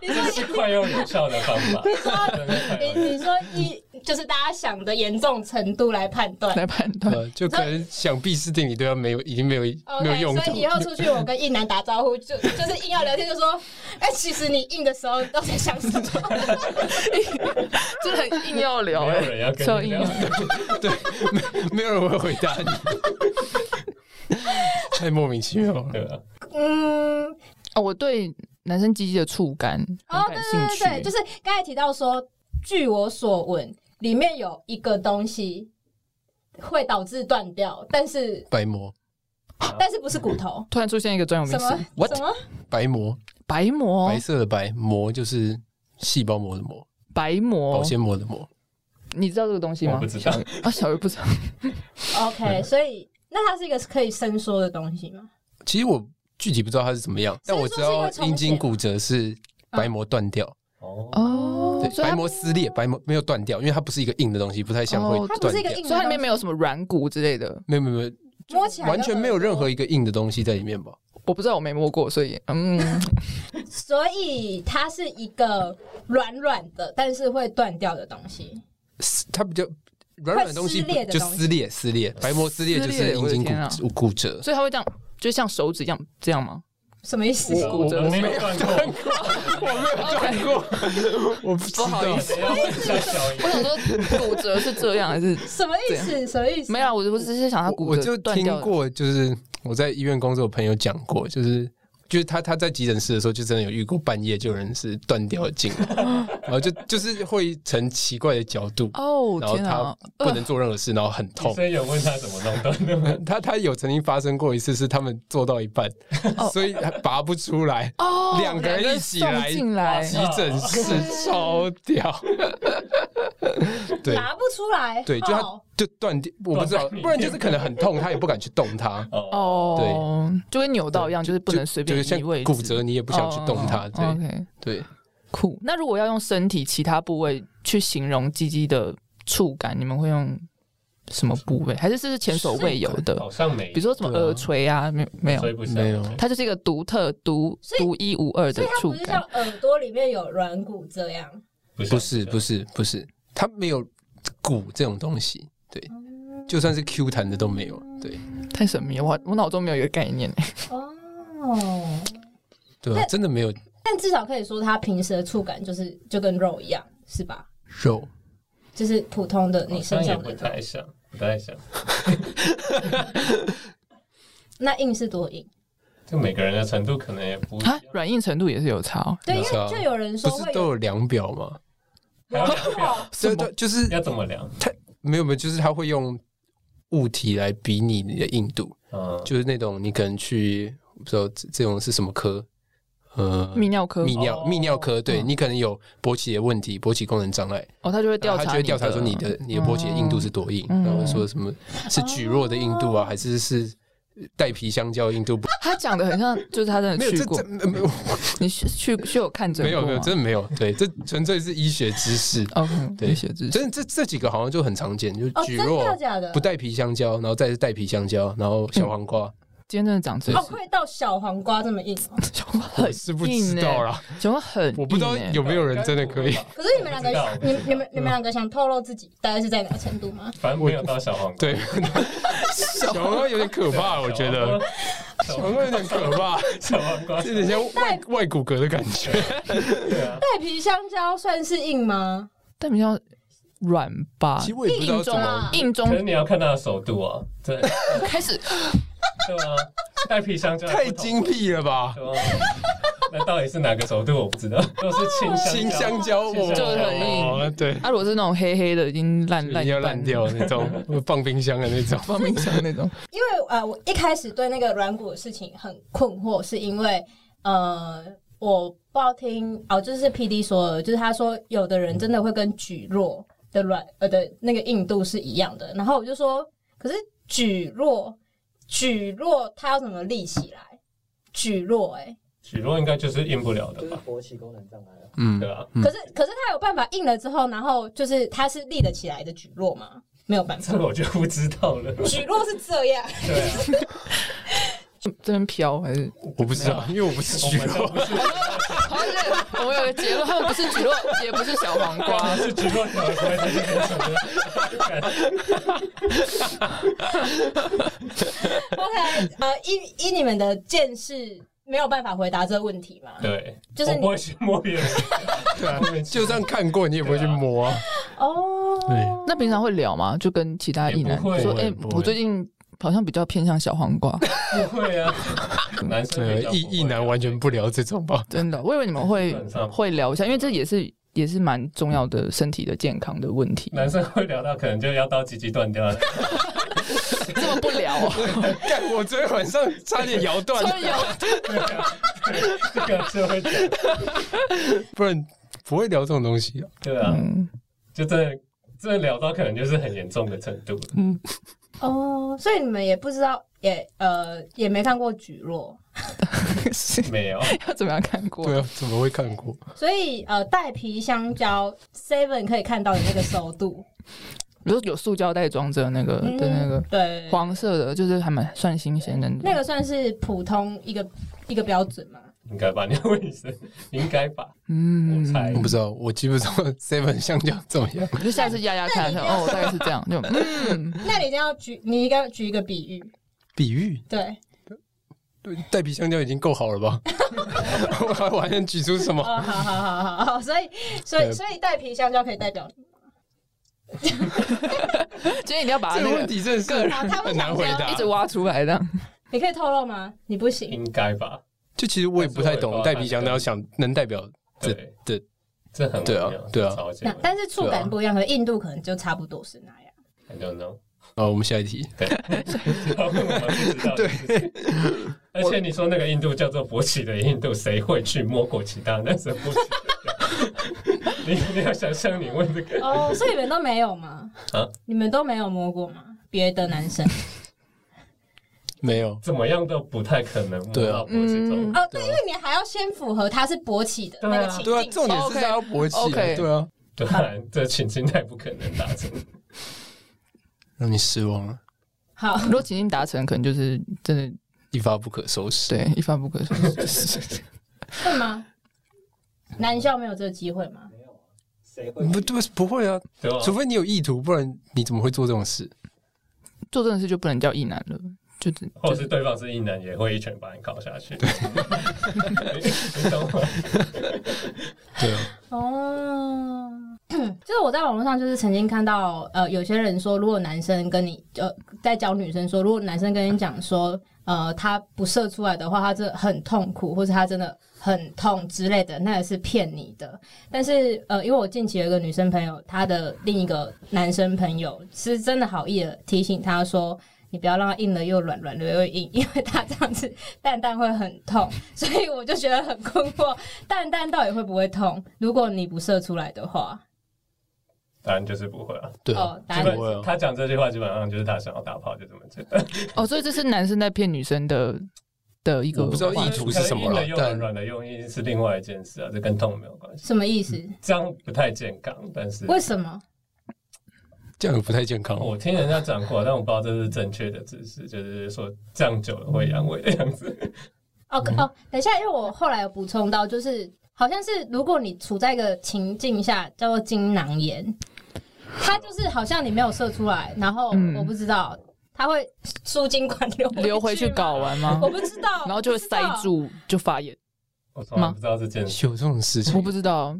S1: 你
S2: 这
S1: 说
S2: 是快又有效的方法。真的是快又有效
S1: 你你说一就是大家想的严重程度来判断。
S4: 来判断。
S3: 呃，就可能想必是定理对他没有，已经没有没有
S1: OK，
S3: 用
S1: 哦所以以
S3: 处。
S1: 后出去我跟一男打招呼，就就是硬要聊天，就说，哎、其实你硬的时候都在想什么？
S4: 这很硬要 聊
S2: 没
S4: 哎、
S2: 有人要
S4: 超
S2: 跟你
S4: 硬
S2: 聊欸
S4: 要，
S3: 对，没没有人会回答你， 太莫名其妙了。
S2: 对啊，
S1: 嗯，
S4: 哦，我对男生鸡鸡的触感很
S1: 哦，对
S4: 感兴
S1: 对
S4: 趣，
S1: 对对，就是刚才提到说，据我所闻，里面有一个东西会导致断掉，但是
S3: 白膜，
S1: 但是不是骨头？
S4: 突然出现一个专有名
S1: 什么
S4: 词，what
S1: 什么？
S3: 白膜，
S4: 白膜
S3: 白色的白膜就是细胞膜的膜，
S4: 白
S3: 保
S4: 膜，
S3: 鲜膜的膜。
S4: 你知道这个东西
S2: 我
S4: 吗
S2: 不？知道，
S4: 啊，小鱼不知道，
S1: OK，所以那它是一个可以伸缩的东西吗？
S3: 其实我具体不知道它是怎么样，但我知道阴茎骨折是白膜断掉，
S2: 哦，
S4: 哦
S1: 嗯
S3: 对，，
S4: 所以
S3: 白
S4: 它
S3: 膜撕裂，白膜没有断掉，因为它不是一个硬的东西，不太像会
S4: 哦
S1: 它不
S3: 断
S1: 是一个
S3: 掉。
S1: 硬的东西，
S4: 所以它里面没有什么软骨之类的，
S3: 没有没有没有，
S1: 摸起来就
S3: 完全没有任何。一个硬的东西在里面吧？
S4: 我不知道，我没摸过，所以嗯，
S1: 所以它是一个软软的，但是会断掉的东西。
S3: 撕它比较软软的东西
S1: 会撕裂的
S3: 就
S1: 东西
S3: 撕裂撕裂，白膜撕裂就
S4: 撕
S3: 是阴
S4: 裂
S3: 茎
S4: 我的天啊
S3: 骨骨折。
S4: 所以它会这样，就像手指一样这样吗？
S1: 什么意思？
S2: 我我没有断过，
S3: 我不知
S4: 不好
S3: 道
S4: 意，思，
S2: 谁要问一下小
S4: 我
S2: 姨？
S4: 想说骨折是这样还是
S1: 什么意思？什么意思？
S4: 没有啊？我我只是想它
S3: 我
S4: 骨
S3: 我
S4: 折
S3: 就
S4: 断掉
S3: 听
S4: 了。
S3: 过，就是我在医院工作，朋友讲过，就是。就是他，他在急诊室的时候，就真的有遇过半夜就有人是断掉的 颈，然后就就是会呈奇怪的角度，
S4: 哦
S3: 然后
S4: 天啊
S3: 他！ 不能做任何事，然后很痛。
S2: 所以有问他怎么弄断的吗？
S3: 他他有曾经发生过一次，是他们做到一半，所以拔不出来，
S4: 哦，
S3: 两个人一起
S4: 送
S3: 来
S4: 进来，哦
S3: 急诊室 超屌。对
S1: 拿不出来。
S3: 对，就他
S1: 哦
S3: 就断掉，我不知道，
S2: 断掉
S3: 不然就是可能很痛，他也不敢去动它，
S2: 哦，
S4: 哦，就跟扭到一样，就是不能随
S3: 就
S4: 便
S3: 是
S4: 移位
S3: 像
S4: 置
S3: 骨折，你也不想去动它。
S4: 哦
S3: 对
S4: OK，
S3: 对，
S4: 酷。那如果要用身体其他部位去形容鸡鸡的触感，你们会用什么部位？还是这是前所未有的？
S2: 好像没，
S4: 比如说什么
S3: 对啊
S4: 耳垂啊？没没有
S2: 所，以不行
S3: 没有
S4: 它就是一个独特、独
S1: 所以
S4: 独一无二
S1: 所
S4: 的
S1: 以它
S4: 触
S1: 不是像
S4: 感。
S1: 耳朵里面有软骨这样。
S3: 不是不是不是，他没有骨这种东西，对，就算是 Q 弹的都没有，对
S4: 太神秘了，我我脑中没有一个概念。
S1: 哦，
S3: 对啊，
S1: 那
S3: 真的没有
S1: 但至少可以说它平时的触感就是就跟肉一样，是吧？
S3: 肉。
S1: 就是普通的你
S2: 好
S1: 身
S2: 像也
S1: 上
S2: 不
S1: 的
S2: 太
S1: 肉。
S2: 像，不太像。
S1: 那硬是多硬？
S2: 就每个人的程度可能也不一
S4: 啊
S2: 样，。
S4: 软硬程度也是有差哦。
S1: 对，因
S3: 是啊
S1: 为就有人
S3: 不
S1: 说
S3: 是
S1: 会
S3: 都
S1: 有
S3: 有量表吗？
S2: 还要量表，
S3: 对对，就是
S2: 要怎么量？
S3: 没有没有，就是他会用物体来比拟你的硬度，
S2: 嗯，
S3: 就是那种你可能去，我不知道这这种是什么科，呃，
S4: 泌尿科
S3: 泌尿
S2: 哦
S3: 泌尿科，对
S4: 嗯
S3: 你可能有勃起的问题，勃起功能障碍，
S4: 哦，他就会
S3: 然
S4: 调
S3: 后
S4: 查
S3: 他就
S4: 你，
S3: 会调查 说你的你的勃起的硬度是多硬，
S4: 嗯
S3: 啊
S4: 哦
S3: 然后说什么是蒟蒻的硬度啊，还是是带皮香蕉印度步，
S4: 他讲的很像，就是他真
S3: 没
S4: 的
S3: 有
S4: 去
S3: 这
S4: 过
S3: 这。没有
S4: 你去去去有看诊
S3: 没有
S4: 过
S3: 没有
S4: 吗
S3: 真的没有，对，这纯粹是医学知识。
S4: ？OK，
S3: 对
S4: 对，写字
S3: 真的这这几个好像就很常见，就
S1: 哦，
S3: 蒟
S1: 真
S3: 蒻、
S1: 的假的？
S3: 不带皮香蕉，然后再是带皮香蕉，然后小黄瓜，
S4: 今天真的长知
S1: 哦，
S4: 识。
S1: 会到小黄瓜这么硬哦、
S4: 小花很欸
S3: 我是不知道啦，
S4: 小花嗯很硬欸，
S3: 我不知道有没有人真的可
S2: 欸
S3: 以。
S1: 可是你们两
S2: 我
S1: 个，
S2: 不
S1: 你
S2: 知
S1: 们
S2: 道嗯
S1: 你们你们两个想透露自己大概是在哪个程度吗？
S2: 反正没有到小黄瓜。
S3: 对，小黄瓜有点可怕，我觉得
S2: 小
S3: 小
S2: 黄
S3: 黄
S2: 瓜
S3: 瓜有点可怕，
S2: 小黄瓜
S3: 有点像外外骨骼的感觉。
S2: 对啊，
S1: 带皮香蕉算是硬吗？
S4: 但比较软吧
S3: 其，实我也不知道怎么
S1: 啊，
S4: 硬中
S2: 可 是你要看它的熟度啊，对
S4: 开始
S2: 对啊，带皮香蕉也不
S3: 太
S2: 同
S3: 精辟了吧？
S2: 对啊，那到底是哪个熟度我不知道，都是
S3: 新
S2: 青
S3: 香蕉，
S2: 青香
S4: 就
S2: 蕉
S4: 很硬
S3: 哦对，
S4: 啊，如果是那种黑黑的，已经烂烂
S3: 烂要烂掉的那种，放冰箱的那 种。
S4: 放冰箱那种。
S1: 因为呃，我一开始对那个软骨的事情很困惑，是因为呃，我不知道听哦，就是 P D 说的，就是他说有的人真的会跟蒟蒻的软呃的那个硬度是一样的，然后我就说，可是蒟蒻蒟蒻它要怎么立起来？蒟蒻哎，
S2: 许诺应该就是硬不了的
S6: 就是
S2: 吧？
S6: 勃起功能障碍啊。
S3: 嗯
S2: 对，啊，
S3: 嗯
S1: 可是可是它有办法硬了之后，然后就是它是立得起来的蒟蒻吗？没有办
S2: 这
S1: 法，
S2: 个我就不知道了。
S1: 蒟蒻是这样，
S2: 对啊，
S4: 这边飘还是？
S3: 我不知道，因为 我不是
S2: 我
S3: 蒟
S2: 们都
S3: 蒻，
S2: 不是
S4: 好像我们有个结论，他们不是蒟蒻，也不是小黄瓜
S2: 光，是直播条规在这边什么？
S1: OK，呃，依依你们的见识，没有办法回答这个问题嘛？
S2: 对，
S1: 就是
S2: 我
S1: 你
S2: 不会去摸别人，
S3: 对啊
S2: 我也是
S3: 就算看过你也不会去摸啊。
S1: 哦，
S3: 对
S4: 那平常会聊吗？就跟其他异男
S2: 也不会
S4: 说，哎、
S3: 不会
S4: 我最近好像比较偏向小黄瓜，
S2: 不会啊，男生
S3: 对
S2: 比，较
S3: 异
S2: 不会
S3: 异男完全不啊聊这种吧？
S4: 真的。我以为你们
S2: 基
S4: 会
S2: 本上
S4: 会聊一下，因为这也是也是蛮重要的身体的健康的问题。
S2: 男生会聊到可能就要到鸡鸡断掉了，
S4: 这么不聊、哦，
S3: 干，我昨天晚上差点摇断，
S4: 所以有
S2: 这个就会讲，
S3: 不然不会聊这种东西啊。
S2: 对啊，
S4: 嗯，
S2: 就真的真的聊到可能就是很严重的程度了。
S1: 哦，所以你们也不知道，也呃也没看过举落，
S4: 是
S2: 没有，
S4: 要怎么样看过？
S3: 对啊，怎么会看过？
S1: 所以呃带皮香蕉 Seven 可以看到的那个熟度，
S4: 比如说有塑胶袋装着那个
S1: 嗯
S4: 的呃那个
S1: 对，
S4: 黄色的，就是还蛮算新鲜的。
S1: 那个算是普通一个一个标准嘛？
S2: 应该吧？你要问医生，应该吧？我
S4: 嗯
S2: 猜
S3: 我不知道，我记不到 Seven 香蕉怎么样。
S4: 我就下次压压看，
S1: 那你
S4: 看哦，大概是这样，就 嗯，
S1: 那你一定要举，你应该举一个比喻，
S3: 比喻，
S1: 对，
S3: 对带皮香蕉已经够好了吧？ 我还我还能举出什么？
S1: 哦，好好好好好，所以所以
S3: 对
S1: 所以带皮香蕉可以代表你，
S4: 今天一定要把
S3: 这啊
S4: 那
S3: 个
S4: 个
S3: 问题真的是
S1: 好他不
S3: 很难
S1: 想
S3: 回
S1: 讲
S3: 答
S4: 一。直挖出来这样。
S1: 你可以透露吗？你不行，
S2: 应该吧？
S3: 就其实我也不太懂带皮香蕉想能代表这
S2: 对
S3: 对，
S2: 这很
S3: 对啊
S2: 微妙
S3: 对啊
S2: 超级微
S1: 那
S2: 妙
S1: 但是触
S3: 对啊
S1: 感不一样，和印度可能就差不多是那样。
S2: I don't know。
S3: 好，呃我们下一题。
S2: 我不知道的事 情。而且你说那个印度叫做勃起的印度，谁会去摸过其他男生勃起的？ 你你要想象你问这个，
S3: 啊
S1: 哦，所以你们都没有吗？
S2: 啊
S1: 你们都没有摸过吗？别的男生？
S3: 没有，
S2: 怎么样都不太可能摸
S3: 对啊
S2: 到勃起这种
S4: 嗯
S1: 哦，对，因为你还要先符合他是勃起的那个情境。
S3: 对啊，重点是
S4: OK，
S3: 他要勃起啊
S4: OK
S3: 对啊，
S2: 对啊，这情境太不可能达成。
S3: 让你失望了，
S1: 好，
S4: 如果情境达成，可能就是真的
S3: 一发不可收拾。
S4: 对一发不可收拾。
S1: 会吗？男校没有这个机会吗？
S6: 没有啊，谁
S2: 嗯
S6: 会？
S3: 不，对，不会啊，
S2: 对吧？
S3: 除非你有意图，不然你怎么会做这种事？
S4: 做这种事就不能叫异男了，就只
S1: 哦
S2: 或者是对方是异男，也会一拳把你搞下去。 你你懂吗？
S3: 对啊，
S1: 哦，就是我在网络上就是曾经看到，呃，有些人说，如果男生跟你呃在教女生说，如果男生跟你讲说，呃，他不射出来的话，他真的很痛苦，或者他真的很痛之类的，那也是骗你的。但是呃，因为我近期有一个女生朋友，她的另一个男生朋友是真的好意的提醒她说。你不要让它硬了又软，软了又硬，因为它这样子 蛋蛋会很痛，所以我就觉得很困惑，蛋蛋到底会不会痛？如果你不射出来的话，
S2: 答案就是不会啊。
S3: 对啊
S1: 哦，答
S2: 基
S1: 案是
S3: 不会
S2: 本
S3: 啊。
S2: 他讲这句话基本上就是他想要打炮，就这么简单。
S4: 哦，所以这是男生在骗女生的的一个
S3: 我不知道
S4: 话
S3: 意图是什么啊
S2: 可
S3: 了
S2: 能硬的用
S3: 但
S2: 和软的用意是另外一件事啊，这跟痛没有关系。
S1: 什么意思？
S4: 嗯
S2: 这样不太健康，但是
S1: 为什么？
S3: 这样不太健康哦。
S2: 我听人家讲过，但我不知道这是正确的知识，就是说这样久了会阳痿的样 子。
S1: 哦、可
S4: 嗯
S1: 哦，等一下，因为我后来有补充到，就是好像是如果你处在一个情境下叫做精囊炎，它就是好像你没有射出来，然后
S4: 嗯
S1: 我不知道、它会输精管流
S4: 流回去
S1: 吗
S4: 睾，丸吗
S1: 我？不知道，
S4: 然后就会塞
S1: 我
S4: 住就发炎？
S2: 我从来不知道这件事。
S3: 有这种事
S4: 我
S3: 情，
S4: 不知道，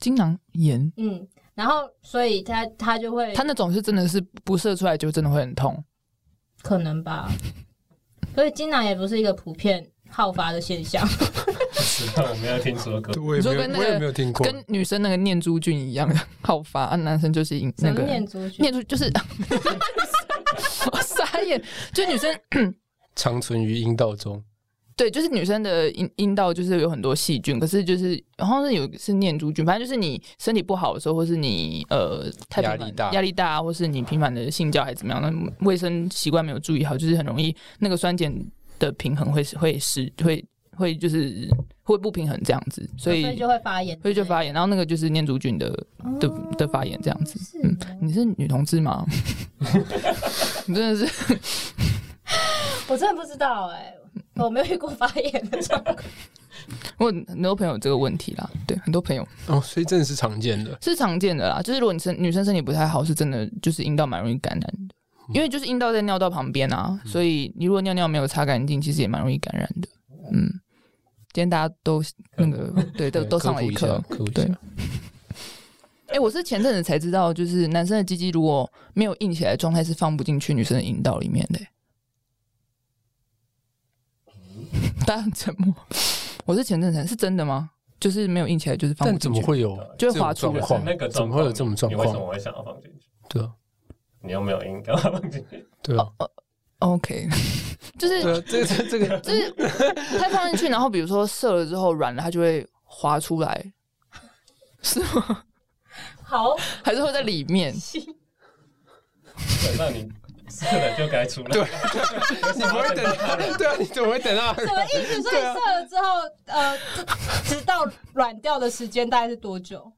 S4: 精囊炎，
S1: 不知道，嗯，然后所以它它就会
S4: 他那种是真的是不射出来就真的会很痛。
S1: 可能吧，所以精囊也不是一个普遍好发的现象，
S2: 实际上我没有听说过。
S3: 我也
S4: 你
S3: 没
S4: 说
S3: 有，
S4: 跟那
S3: 我
S4: 个
S3: 也没有听过。
S4: 跟女生那个念珠菌一样的好发，啊，男生就是引那
S1: 什
S4: 个
S1: 么念珠菌
S4: 念珠就是， 我傻眼，就女生
S3: 长存于阴道中，
S4: 对，就是女生的阴阴道就是有很多细菌，可是就是然后是有是念珠菌，反正就是你身体不好的时候，或是你呃太频繁
S3: 压力大
S4: 压力大，或是你频繁的性交还是怎么样，那卫生习惯没有注意好，就是很容易那个酸碱的平衡会会失会会就是会不平衡这样子，所以
S1: 所以就会发炎，
S4: 所以就发炎，然后那个就是念珠菌的的的发炎这样子。
S1: 是
S4: 嗯
S1: 哦，
S4: 你是女同志吗？ 你真的是
S1: 我真的不知道哎、我没有遇过发炎的状况，
S4: 我很多朋友有这个问题啦，对，很多朋友
S3: 哦，所以真的是常见的。
S4: 是常见的啦。就是如果你身女生身体不太好，是真的就是阴道蛮容易感染的，
S3: 嗯
S4: 因为就是阴道在尿道旁边啊，所以你如果尿尿没有擦干净，其实也蛮容易感染的。嗯，今天大家都那个对都都上了一课，
S3: 科普一下，科普一
S4: 对
S3: 下。
S4: 哎、我是前阵子才知道，就是男生的鸡鸡如果没有硬起来的状态，是放不进去女生的阴道里面的、欸大家很沉默。我是前阵子才是真的吗？就是没有硬起来，就是放不
S3: 但
S4: 进
S3: 怎
S4: 去
S3: 么。会有
S4: 就
S3: 这
S4: 会
S3: 种
S4: 滑出
S3: 状
S4: 来
S3: 况
S2: 那个？
S3: 怎
S2: 状况
S3: 么会有这种状
S2: 你为什么
S3: 况？
S2: 会想要放进去？
S3: 对啊，
S2: 你又没有硬，干嘛放进去？
S3: 对啊，
S4: OK，就是
S3: 对啊，这个这个这个
S4: 就是它放进去，然后比如说射了之后软了，它就会滑出来，是吗？
S1: 好
S4: 还是会在里面？
S2: 基本上你射了就该出来。
S3: 对，你不会等他， 对啊，你怎么会等他？
S1: 什么意思？所以射了之后，呃，直到软掉的时间大概是多久？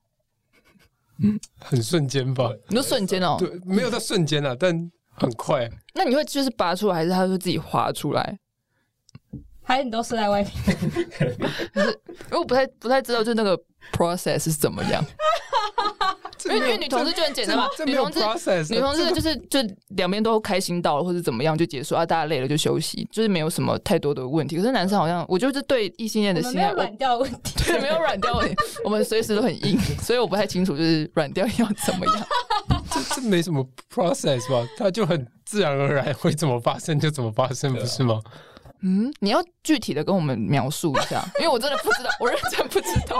S3: 很瞬间吧？
S4: 你就瞬间哦、
S3: 对，没有到瞬间啊，但很快。
S4: 那你会就是拔出来，还是它会自己滑出来？
S1: 还是你都射在外面？
S4: 因为我不太不太知道，就那个 process 是怎么样。因
S3: 这
S4: 为因
S3: 没有
S4: 为女同志就很简单嘛，
S3: 这这
S4: 女
S3: 没有
S4: 同志
S3: process，啊
S4: 女同志就是就两边都开心到了，或者怎么样就结束啊，大家累了就休息，就是没有什么太多的问题。可是男生好像，我觉得这对异性恋
S1: 我
S4: 的
S1: 们
S4: 性
S1: 没
S4: 爱，
S1: 有
S4: 我
S1: 软掉的问题。
S4: 对没有软掉问题，我们随时都很硬，所以我不太清楚就是软掉要怎么样。
S3: 这这没什么 process 吧？它就很自然而然会怎么发生就怎么发生，
S2: 对啊
S3: 不是吗？
S4: 嗯，你要具体的跟我们描述一下，因为我真的不知道，我认真不知 道。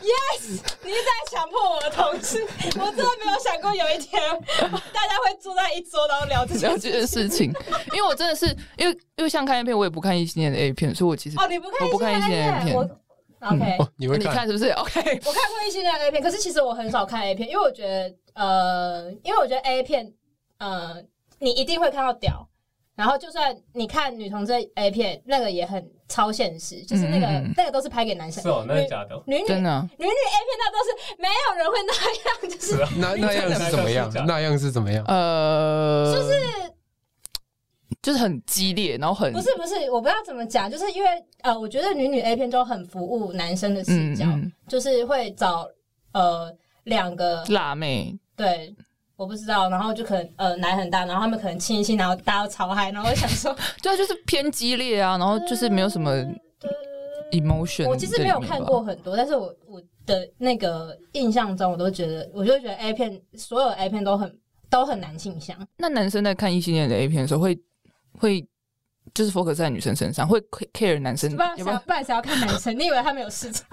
S1: 你一直在强迫我的同志，我真的没有想过有一 天大家会坐在一桌，然后聊这些
S4: 了。解的事情，因为我真的是因为因为像看 A 片，我也不看异性恋的 A 片，所以我其实
S1: 哦，你不看
S4: 我不看
S1: 一
S4: 一
S1: 些
S4: 些 A 片
S1: 我 OK，
S3: 哦，你会
S4: 你看是不是？OK，
S1: 我看过一些恋 A 片，可是其实我很少看 A 片，因为我觉得呃，因为我觉得 A 片呃，你一定会看到屌，然后就算你看女同志 A 片，那个也很超现实，就是那个
S4: 嗯嗯嗯
S1: 那个都是拍给男生
S2: 是，哦，那是假的哦。
S1: 女女女女 A
S4: 真
S1: 片
S4: 的啊
S1: 那都是没有人会那样，就是
S2: 是啊，
S3: 那那样是怎么 样
S2: 你真的？
S3: 那样是怎么样？
S4: 呃，
S1: 就是
S4: 就是很激烈，然后很
S1: 不是不是，我不知道怎么讲，就是因为呃，我觉得女女 A 片都很服务男生的视角，
S4: 嗯
S1: 就是会找呃两个
S4: 辣妹，
S1: 对，我不知道。然后就可能呃奶很大，然后他们可能亲一亲，然后大家都超嗨，然后我想 说，
S4: 对啊，就是偏激烈啊，然后就是没有什么
S1: 对
S4: emotion。
S1: 嗯我其实没有看过，很多，但是我我的那个印象中，我都觉得，我就觉得 A 片所有 A 片都很都很难性向，
S4: 那男生在看异性恋的 A 片的时候会会。就是 focus 在女生身上，会 care 男生
S1: 不然
S4: 有
S1: 想
S4: 没有？
S1: 不然谁要看男生？你以为他们有市场？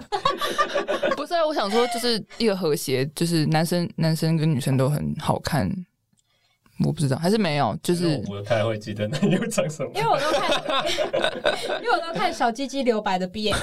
S4: 不是、啊，我想说，就是一个和谐，就是男生男生跟女生都很好看。我不知道，还是没有，就
S2: 因为
S4: 是
S2: 我不太会记得那又讲什 么
S1: 因。为我都 看，因为我都看小鸡鸡留白的 B L，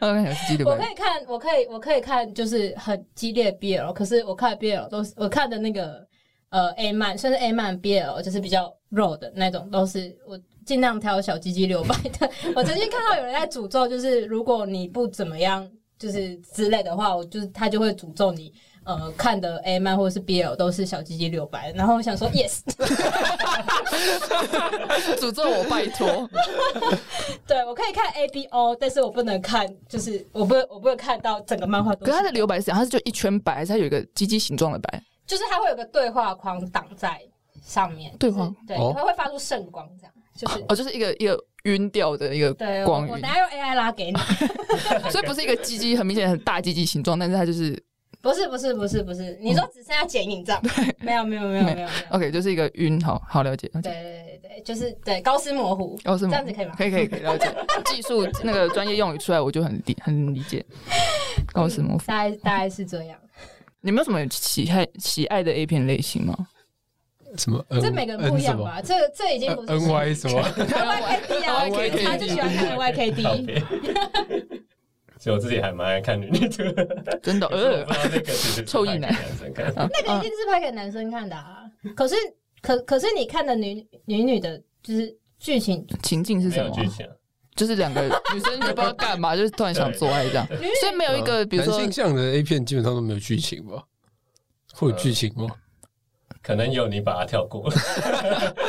S4: 他跟小司机的
S1: 我
S4: 关
S1: 可
S4: 系。
S1: 以看，我可以，我可以看，就是很激烈的 BL，可是我看 BL 都是我看的那个呃 A 漫，算是 A 漫 BL，就是比较肉的那种，都是我尽量挑小鸡鸡留白的。 我曾经看到有人在诅咒，就是如果你不怎么样，就是之类的话，我就是他就会诅咒你。呃，看的 A 漫或者是 BL 都是小鸡鸡留白的，然后我想说 yes，
S4: 诅咒我，拜托，
S1: 对我可以看 A B O，但是我不能看，就是我不我不能看到整个漫画都
S4: 可是
S1: 是
S4: 他的留白是怎样？他是就一圈白，还是他有一个鸡鸡形状的 白？
S1: 就是它会有个对话框挡在上面，
S4: 对话
S1: 就是对，
S3: 哦
S1: 它会发出圣光，这样就是
S4: 哦，就是一个一个晕掉的一个
S1: 对。我
S4: 哦光
S1: 我
S4: 晕
S1: 等，下用 AI 拉给你，
S4: 所以不是一个鸡鸡，很明显很大鸡鸡形状，但是它就是
S1: 不是不是不是不是，你说只剩下剪影照，没有没有没有没有没有，
S4: OK，就是一个晕，好好了解了
S1: 对
S4: 解。
S1: 对对对，就是对高斯模糊，
S4: 哦，是
S1: 这
S4: 吗
S1: 样？子可以吗？
S4: 可以可以可以了 解，技术那个专业用语出来，我就很理很理解。高斯模糊，
S1: 大概大概是这样，
S4: 你们有什么喜爱喜爱的 A 片类型吗？
S3: 什么 N
S1: 这每个人不一样吧？这这已经不是
S3: 呃 N Y 什么？
S1: YKD 啊，
S3: NYKD
S1: 他就喜欢看 YKD，
S2: 所以我自己还蛮爱看女女图的，
S4: 真的，
S2: 可是我
S4: 呃
S2: 不，知道那个其实是
S4: 臭意男
S2: 拍给男生看的。
S4: 啊
S1: 那个一定是拍给男生看的啊。可是可可是你看的女女女的，就是剧情
S4: 情境是
S2: 没
S4: 什
S2: 有
S4: 么
S2: 剧
S4: 啊？
S2: 情啊，
S4: 就是两个女生就不知道干嘛，就是突然想做爱这样，
S1: 对
S4: 所以没有一个，比如说呃
S3: 男性向的 A 片基本上都没有剧情吧？会有剧情吗？
S2: 可能有你把它跳过，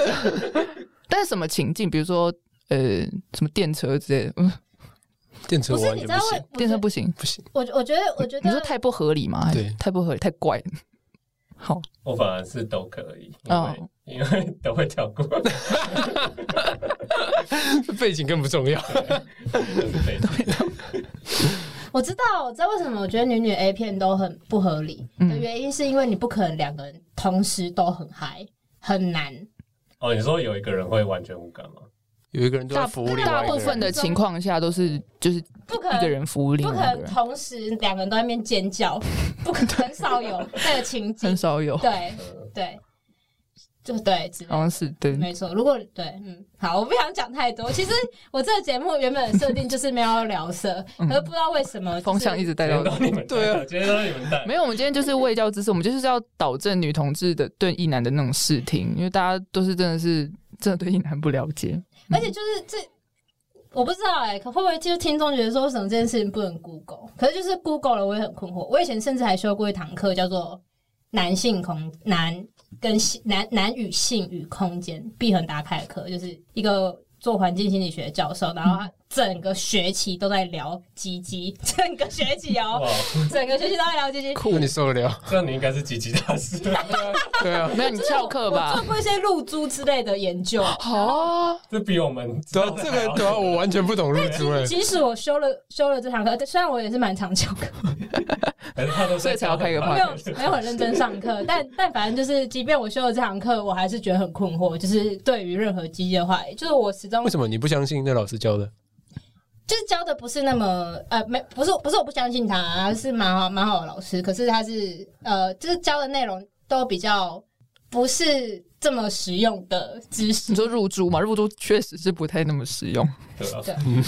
S4: 但是什么情境，比如说呃，什么电车之类的，嗯，
S3: 电车
S1: 不
S3: 我
S1: 是
S3: 完
S1: 你
S3: 全
S1: 知
S3: 不
S1: 道
S3: 行，
S1: 为
S4: 电车不行。
S3: 不行。
S1: 我我觉得，我觉
S4: 你
S1: 得
S4: 说太不合理吗？还是
S3: 对
S4: 太不合理，太怪。好，
S2: 我反而是都可以，因为
S4: 哦
S2: 因为都会跳过，
S3: 背景更不重要。
S2: 就是 被
S1: 我知道，我知道为什么我觉得女女 A 片都很不合理、
S4: 嗯
S1: 的原因，是因为你不可能两个人同时都很嗨，很难。
S2: 哦，你说有一个人会完全无感吗？
S3: 有一个人都在
S4: 大
S3: 服务另
S4: 大
S3: 外一个
S4: 部
S3: 人
S4: 分，的情况下都是就是
S1: 不可能
S4: 一个人服务另
S1: 不可
S4: 外一个
S1: 能
S4: 人，
S1: 同时两个人都在那边尖 叫，不可能很少有那个情
S4: 很
S1: 景。
S4: 少有，
S1: 对
S2: 嗯
S1: 对，就对，只
S4: 好像是对。
S1: 没错。如果对，嗯，好，我不想讲太多。其实我这个节目原本的设定就是没有要聊色，
S4: 嗯
S1: 可是不知道为什么、就是
S4: 风向一直带
S2: 今
S4: 到
S2: 天都你们带
S3: 对 啊
S2: 今天都你们带，
S4: 没有，我们今天就是卫教知识，我们就是要导正女同志的对异男的那种视听，因为大家都是真的是真的对异男不了解。
S1: 而且就是这，我不知道哎、可会不会就是听众觉得说，为什么这件事情不能 Google？可是就是 Google 了，我也很困惑。我以前甚至还修过一堂课，叫做男性空男跟性男男与性与空间闭合打开的课，就是一个。做环境心理学的教授，然后他整个学期都在聊鸡鸡， 整个学期哦，
S2: 哇，
S1: 整个学期都在聊鸡鸡。
S3: 那你受得了？
S2: 这样你应该是积极大师，
S3: 对啊，
S4: 没有 你翘课
S1: 我
S4: 吧
S1: 做？过一些露珠之类的研究，
S4: 好啊，
S2: 这比我 们
S3: 对啊，这个对啊，我完全不懂入租哎。
S1: 即使我修了修了这堂课，呃虽然我也是蛮常修课，
S2: 还是他都
S4: 所以才要开一个
S1: 没
S4: podcast
S1: 有没有很认真上课，但但反正就是，即便我修了这堂课，我还是觉得很困惑。就是对于任何机械化，就是我始终
S3: 为什么你不相信那老师教的？
S1: 就是教的不是那么呃，没不是不是我不相信他、是蛮好蛮好的老师，可是他是呃，就是教的内容都比较不是这么实用的知识
S4: 你，说入珠嘛，入珠确实是不太那么实用。
S2: 对吧？
S1: 啊就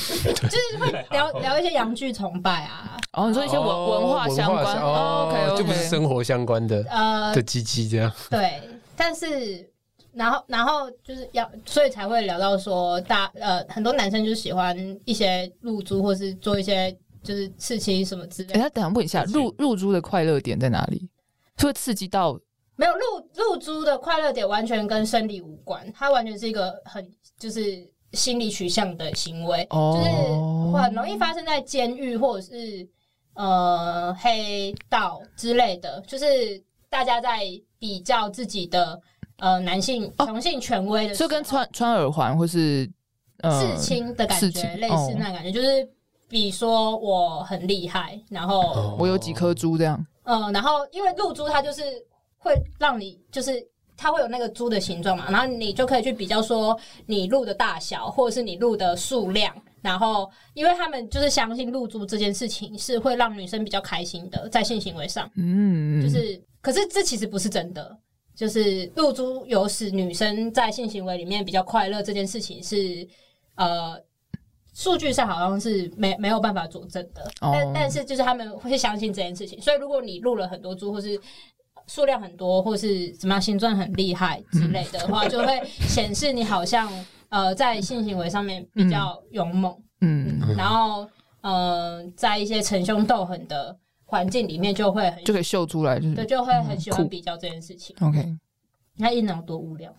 S1: 是会聊聊一些洋剧崇拜啊，
S4: 哦，你说一些文
S3: 哦
S4: 文化相关
S3: 哦
S4: ，OK
S3: 就不是
S4: OK，
S3: 生活相关的
S1: 呃
S3: 的，鸡鸡这样。
S1: 对，但是然后然后就是要，所以才会聊到说大呃很多男生就是喜欢一些露珠，或是做一些就是刺青什么之类
S4: 哎，
S1: 的。
S4: 他等一下问一下，入入珠的快乐点在哪里？是会刺激到
S1: 没有露露珠的快乐点完全跟生理无关，它完全是一个很就是心理取向的行为，就是会
S4: 哦？
S1: 很容易发生在监狱或者是呃黑道之类的，就是大家在比较自己的呃男性
S4: 哦
S1: 雄性权威的时
S4: 就
S1: 候，
S4: 跟穿穿耳环或是
S1: 刺
S4: 呃
S1: 青的感
S4: 刺
S1: 觉，
S4: 青哦
S1: 类似那感觉，就是比说我很厉害，然后
S4: 我有几颗珠这样。
S1: 嗯，然后因为露珠它就是会让你就是。它会有那个珠的形状嘛，然后你就可以去比较说你露的大小，或者是你露的数量。然后，因为他们就是相信露珠这件事情是会让女生比较开心的，在性行为上，
S4: 嗯，
S1: 就是，可是这其实不是真的。就是露珠有使女生在性行为里面比较快乐这件事情是，呃，数据上好像是没没有办法佐证的，
S4: 哦
S1: 但但是就是他们会相信这件事情，所以如果你录了很多株，或是数量很多，或是怎么样形状很厉害之类的
S4: 嗯
S1: 话，就会显示你好像呃在性行为上面比较勇猛，
S4: 嗯，
S1: 然后呃在一些逞凶斗狠的环境里面就会很
S4: 就可以秀出来，就
S1: 对
S4: 是
S1: 就会很喜
S4: 嗯
S1: 欢
S4: 酷
S1: 比较这件事情。
S4: OK，
S1: 你看一能有多无 聊，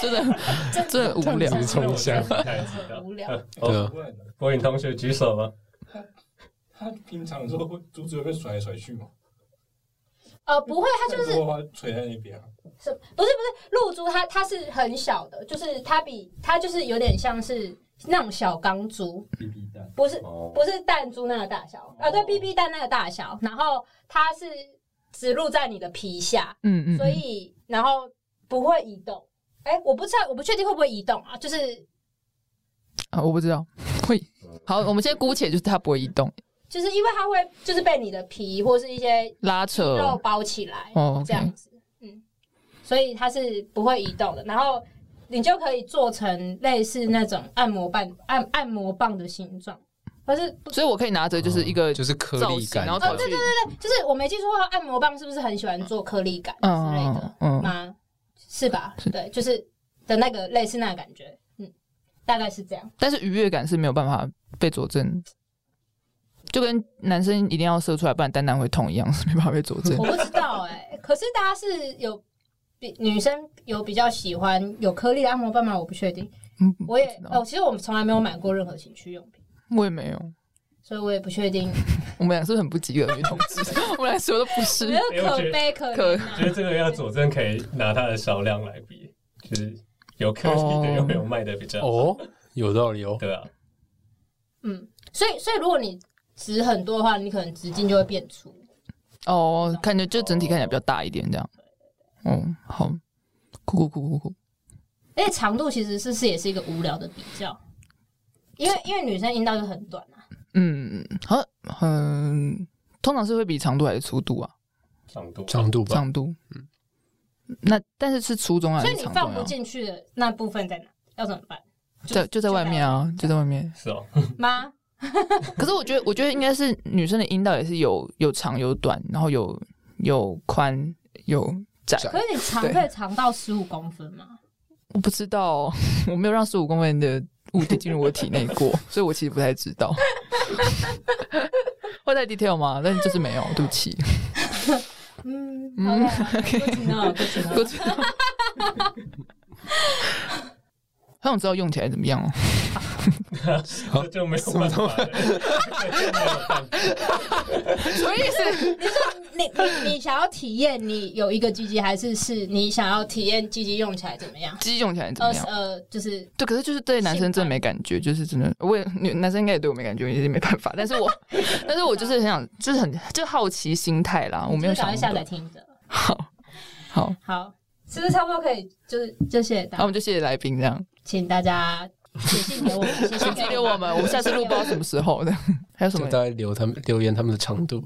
S4: 真的真的无聊
S3: 这样子冲一下
S1: 无聊。
S3: 对啊
S2: 哦，
S7: 问了，
S2: 博颖同学举手了。
S7: 他平常的时候会竹子会被甩来甩去吗？
S1: 呃，不会，它就是
S7: 如果它垂在那边啊，
S1: 是不是不是露珠它它是很小的，就是它比它就是有点像是那种小钢珠，
S7: 比比蛋。
S1: 不是
S7: 哦，
S1: 不是弹珠那个大小，啊对，BB 弹那个大小，然后它是植入在你的皮下，
S4: 嗯嗯，
S1: 所以然后不会移动。哎，我不知道，我不确定会不会移动啊，就是
S4: 啊，我不知道 会好，我们先姑且就是它不会移动，
S1: 就是因为它会就是被你的皮或是一些
S4: 拉扯
S1: 肉包起来，
S4: 呃哦，OK
S1: 这样子，嗯，所以它是不会移动的。然后你就可以做成类似那种按摩棒、按按摩棒的形状，可是不
S4: 所以我可以拿着哦就是一个
S3: 就是颗
S4: 造
S3: 粒
S4: 型，
S3: 感，
S4: 然后
S1: 哦
S4: 走去，
S1: 就是我没记错的话，按摩棒是不是很喜欢做颗粒感之类
S4: 嗯
S1: 的
S4: 嗯
S1: 吗？是吧
S4: 是？
S1: 对，就是的那个类似那个感觉，嗯，大概是这 样。
S4: 但是愉悦感是没有办法被佐证，就跟男生一定要射出来，不然单单会痛一样， 是没办法被佐证
S1: 我。不知道哎、可是大家是有。比女生有比较喜欢有颗粒的按摩棒吗？我不确定，
S4: 嗯，
S1: 我也
S4: 不知道
S1: 哦，其实我们从来没有买过任何情趣用品。
S4: 我也没有，
S1: 所以我也不确 定，
S4: 我们俩是很不及格的女同志， 我们俩什么都不
S1: 我
S4: 是
S1: 觉。得可悲可怜啊
S2: 觉得这个要佐证，可以拿它的销量来比，就是有颗粒的
S4: 哦
S2: 有没有卖的比较好，
S3: 哦，有道理哦。
S2: 对啊，
S1: 嗯，所以所以如果你直很多的话，你可能直径就会变粗。
S4: 哦，感觉就整体看起来比较大一点，这样。哦，好，酷酷酷酷酷，
S1: 而且长度其实是是也是一个无聊的比较，因为因为女生阴道就很短啊，
S4: 嗯，好，嗯，通常是会比长度还是粗度啊？
S2: 长度
S3: 长度吧，
S4: 长度，嗯，那但是是粗中还
S1: 所以
S4: 是
S1: 你
S4: 长
S1: 放
S4: 中
S1: 不
S4: 啊？
S1: 进去的那部分在哪？要怎么办？
S4: 在就在外面啊，就在外面。
S2: 是哦，
S1: 妈，
S4: 可是我觉得，我觉得应该是女生的阴道也是有有长有短，然后有有宽有窄。
S3: 窄
S1: 可是你长
S4: 对
S1: 可以长到十五公分吗？
S4: 我不知道哦，我没有让十五公分的物体进入我体内过，所以我其实不太知道。会带 detail 吗？但就是没有，对不起。
S1: 嗯，OK，不知道，不知 道。
S4: 我知道。好想知道用起来怎么样哦。
S2: 这就没有办法了，这就没有办法
S4: 什么意思？
S1: 你你你想要体验你有一个鸡鸡，还是是你想要体验鸡鸡用起来怎么样？
S4: 鸡用起来怎
S1: 呃
S4: 么样？
S1: 呃，就是
S4: 对，可是就是对男生真的没感觉，就是真的，我也女男生应该也对我没感觉，也是没办法。但 是我，但是我就是很想，就是很就好奇心态啦，啊我没有
S1: 就是赶
S4: 想
S1: 快
S4: 那
S1: 下载
S4: 么多。
S1: 听着。
S4: 好，好，
S1: 好，是不是差不多可以？就是就谢谢大家，
S4: 那我们就谢谢来宾这样，
S1: 请大家写信给我们， 写信
S4: 谢谢我们，我们下次录不知道什么时候的，还有什
S3: 就
S4: 么
S3: 大概留他们留言他们的长度，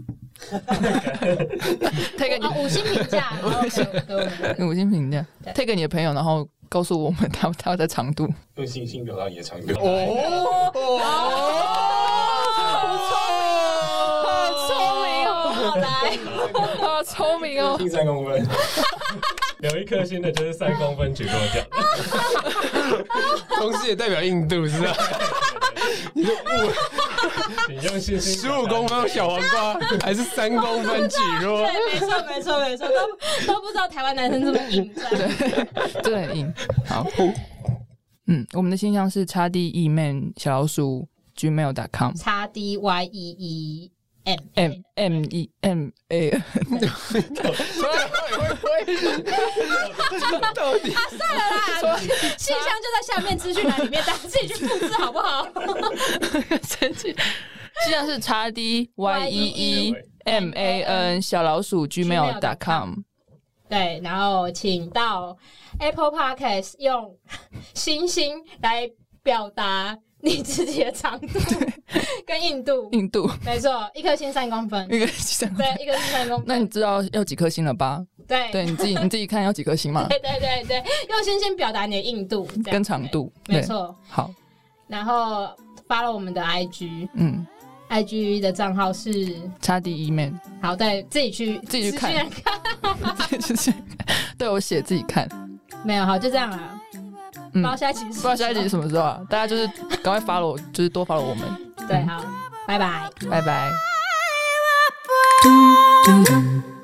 S4: 推给
S1: 啊，五星评价，然后给给我们。
S4: 你五星评价
S1: 对，
S4: 推给你的朋友，然后告诉我们 他他的长度。
S7: 用信心表达你的长度。
S3: 哦，
S4: 啊好聪明哦，
S1: 好 来，
S4: 好聪明哦，
S7: 近三公分，
S2: 有一颗星的就是三公分举落掉，
S3: 同时也代表印度是 吧？
S2: 你用信心
S3: 十五公分小黄瓜还是三公分几弱？
S1: 对，没错，没错，没错，都都不知道台湾男生这么 硬在。
S4: 真的很硬。好，嗯，我们的信箱是叉 D E man 小老鼠 gmail.com。
S1: 叉 D Y E E M
S4: M M E M A，
S1: 信箱就在下面资讯栏里面，大家自己去复制好不好？
S4: 生气，实际上是叉 D Y E E M A N 小老鼠 gmail.com。
S1: 对，然后请到 Apple Podcast 用 星星来表达你自己的长 度跟硬度，
S4: 印度
S1: 没错，一颗星三公分，
S4: 那个三公分，
S1: 对，一颗星三公
S4: 嗯那你
S1: 分，
S4: 知道要几颗星了吧？
S1: 对，
S4: 对，你自己你自己看要几颗星嘛，
S1: 对对对对，用星星表达你的硬度，这样
S4: 跟长，度。
S1: 对没
S4: 对，
S1: 错。
S4: 好，
S1: 然后发了我们的 IG，IG
S4: 嗯，E
S1: 的账号是
S4: 差第一 面，
S1: 好，对，自己去
S4: 自己去看
S1: 私讯
S4: 就是对我写自己看，
S1: 没有，好，就这样了。
S4: 嗯
S1: 不知道下一集是
S4: 不
S1: 什么，
S4: 知道下一集是什么时候啊？大家就是赶快 follow，就是多 follow 我们，
S1: 对，好，拜拜。
S4: 拜拜。
S8: Dum, dum, dum.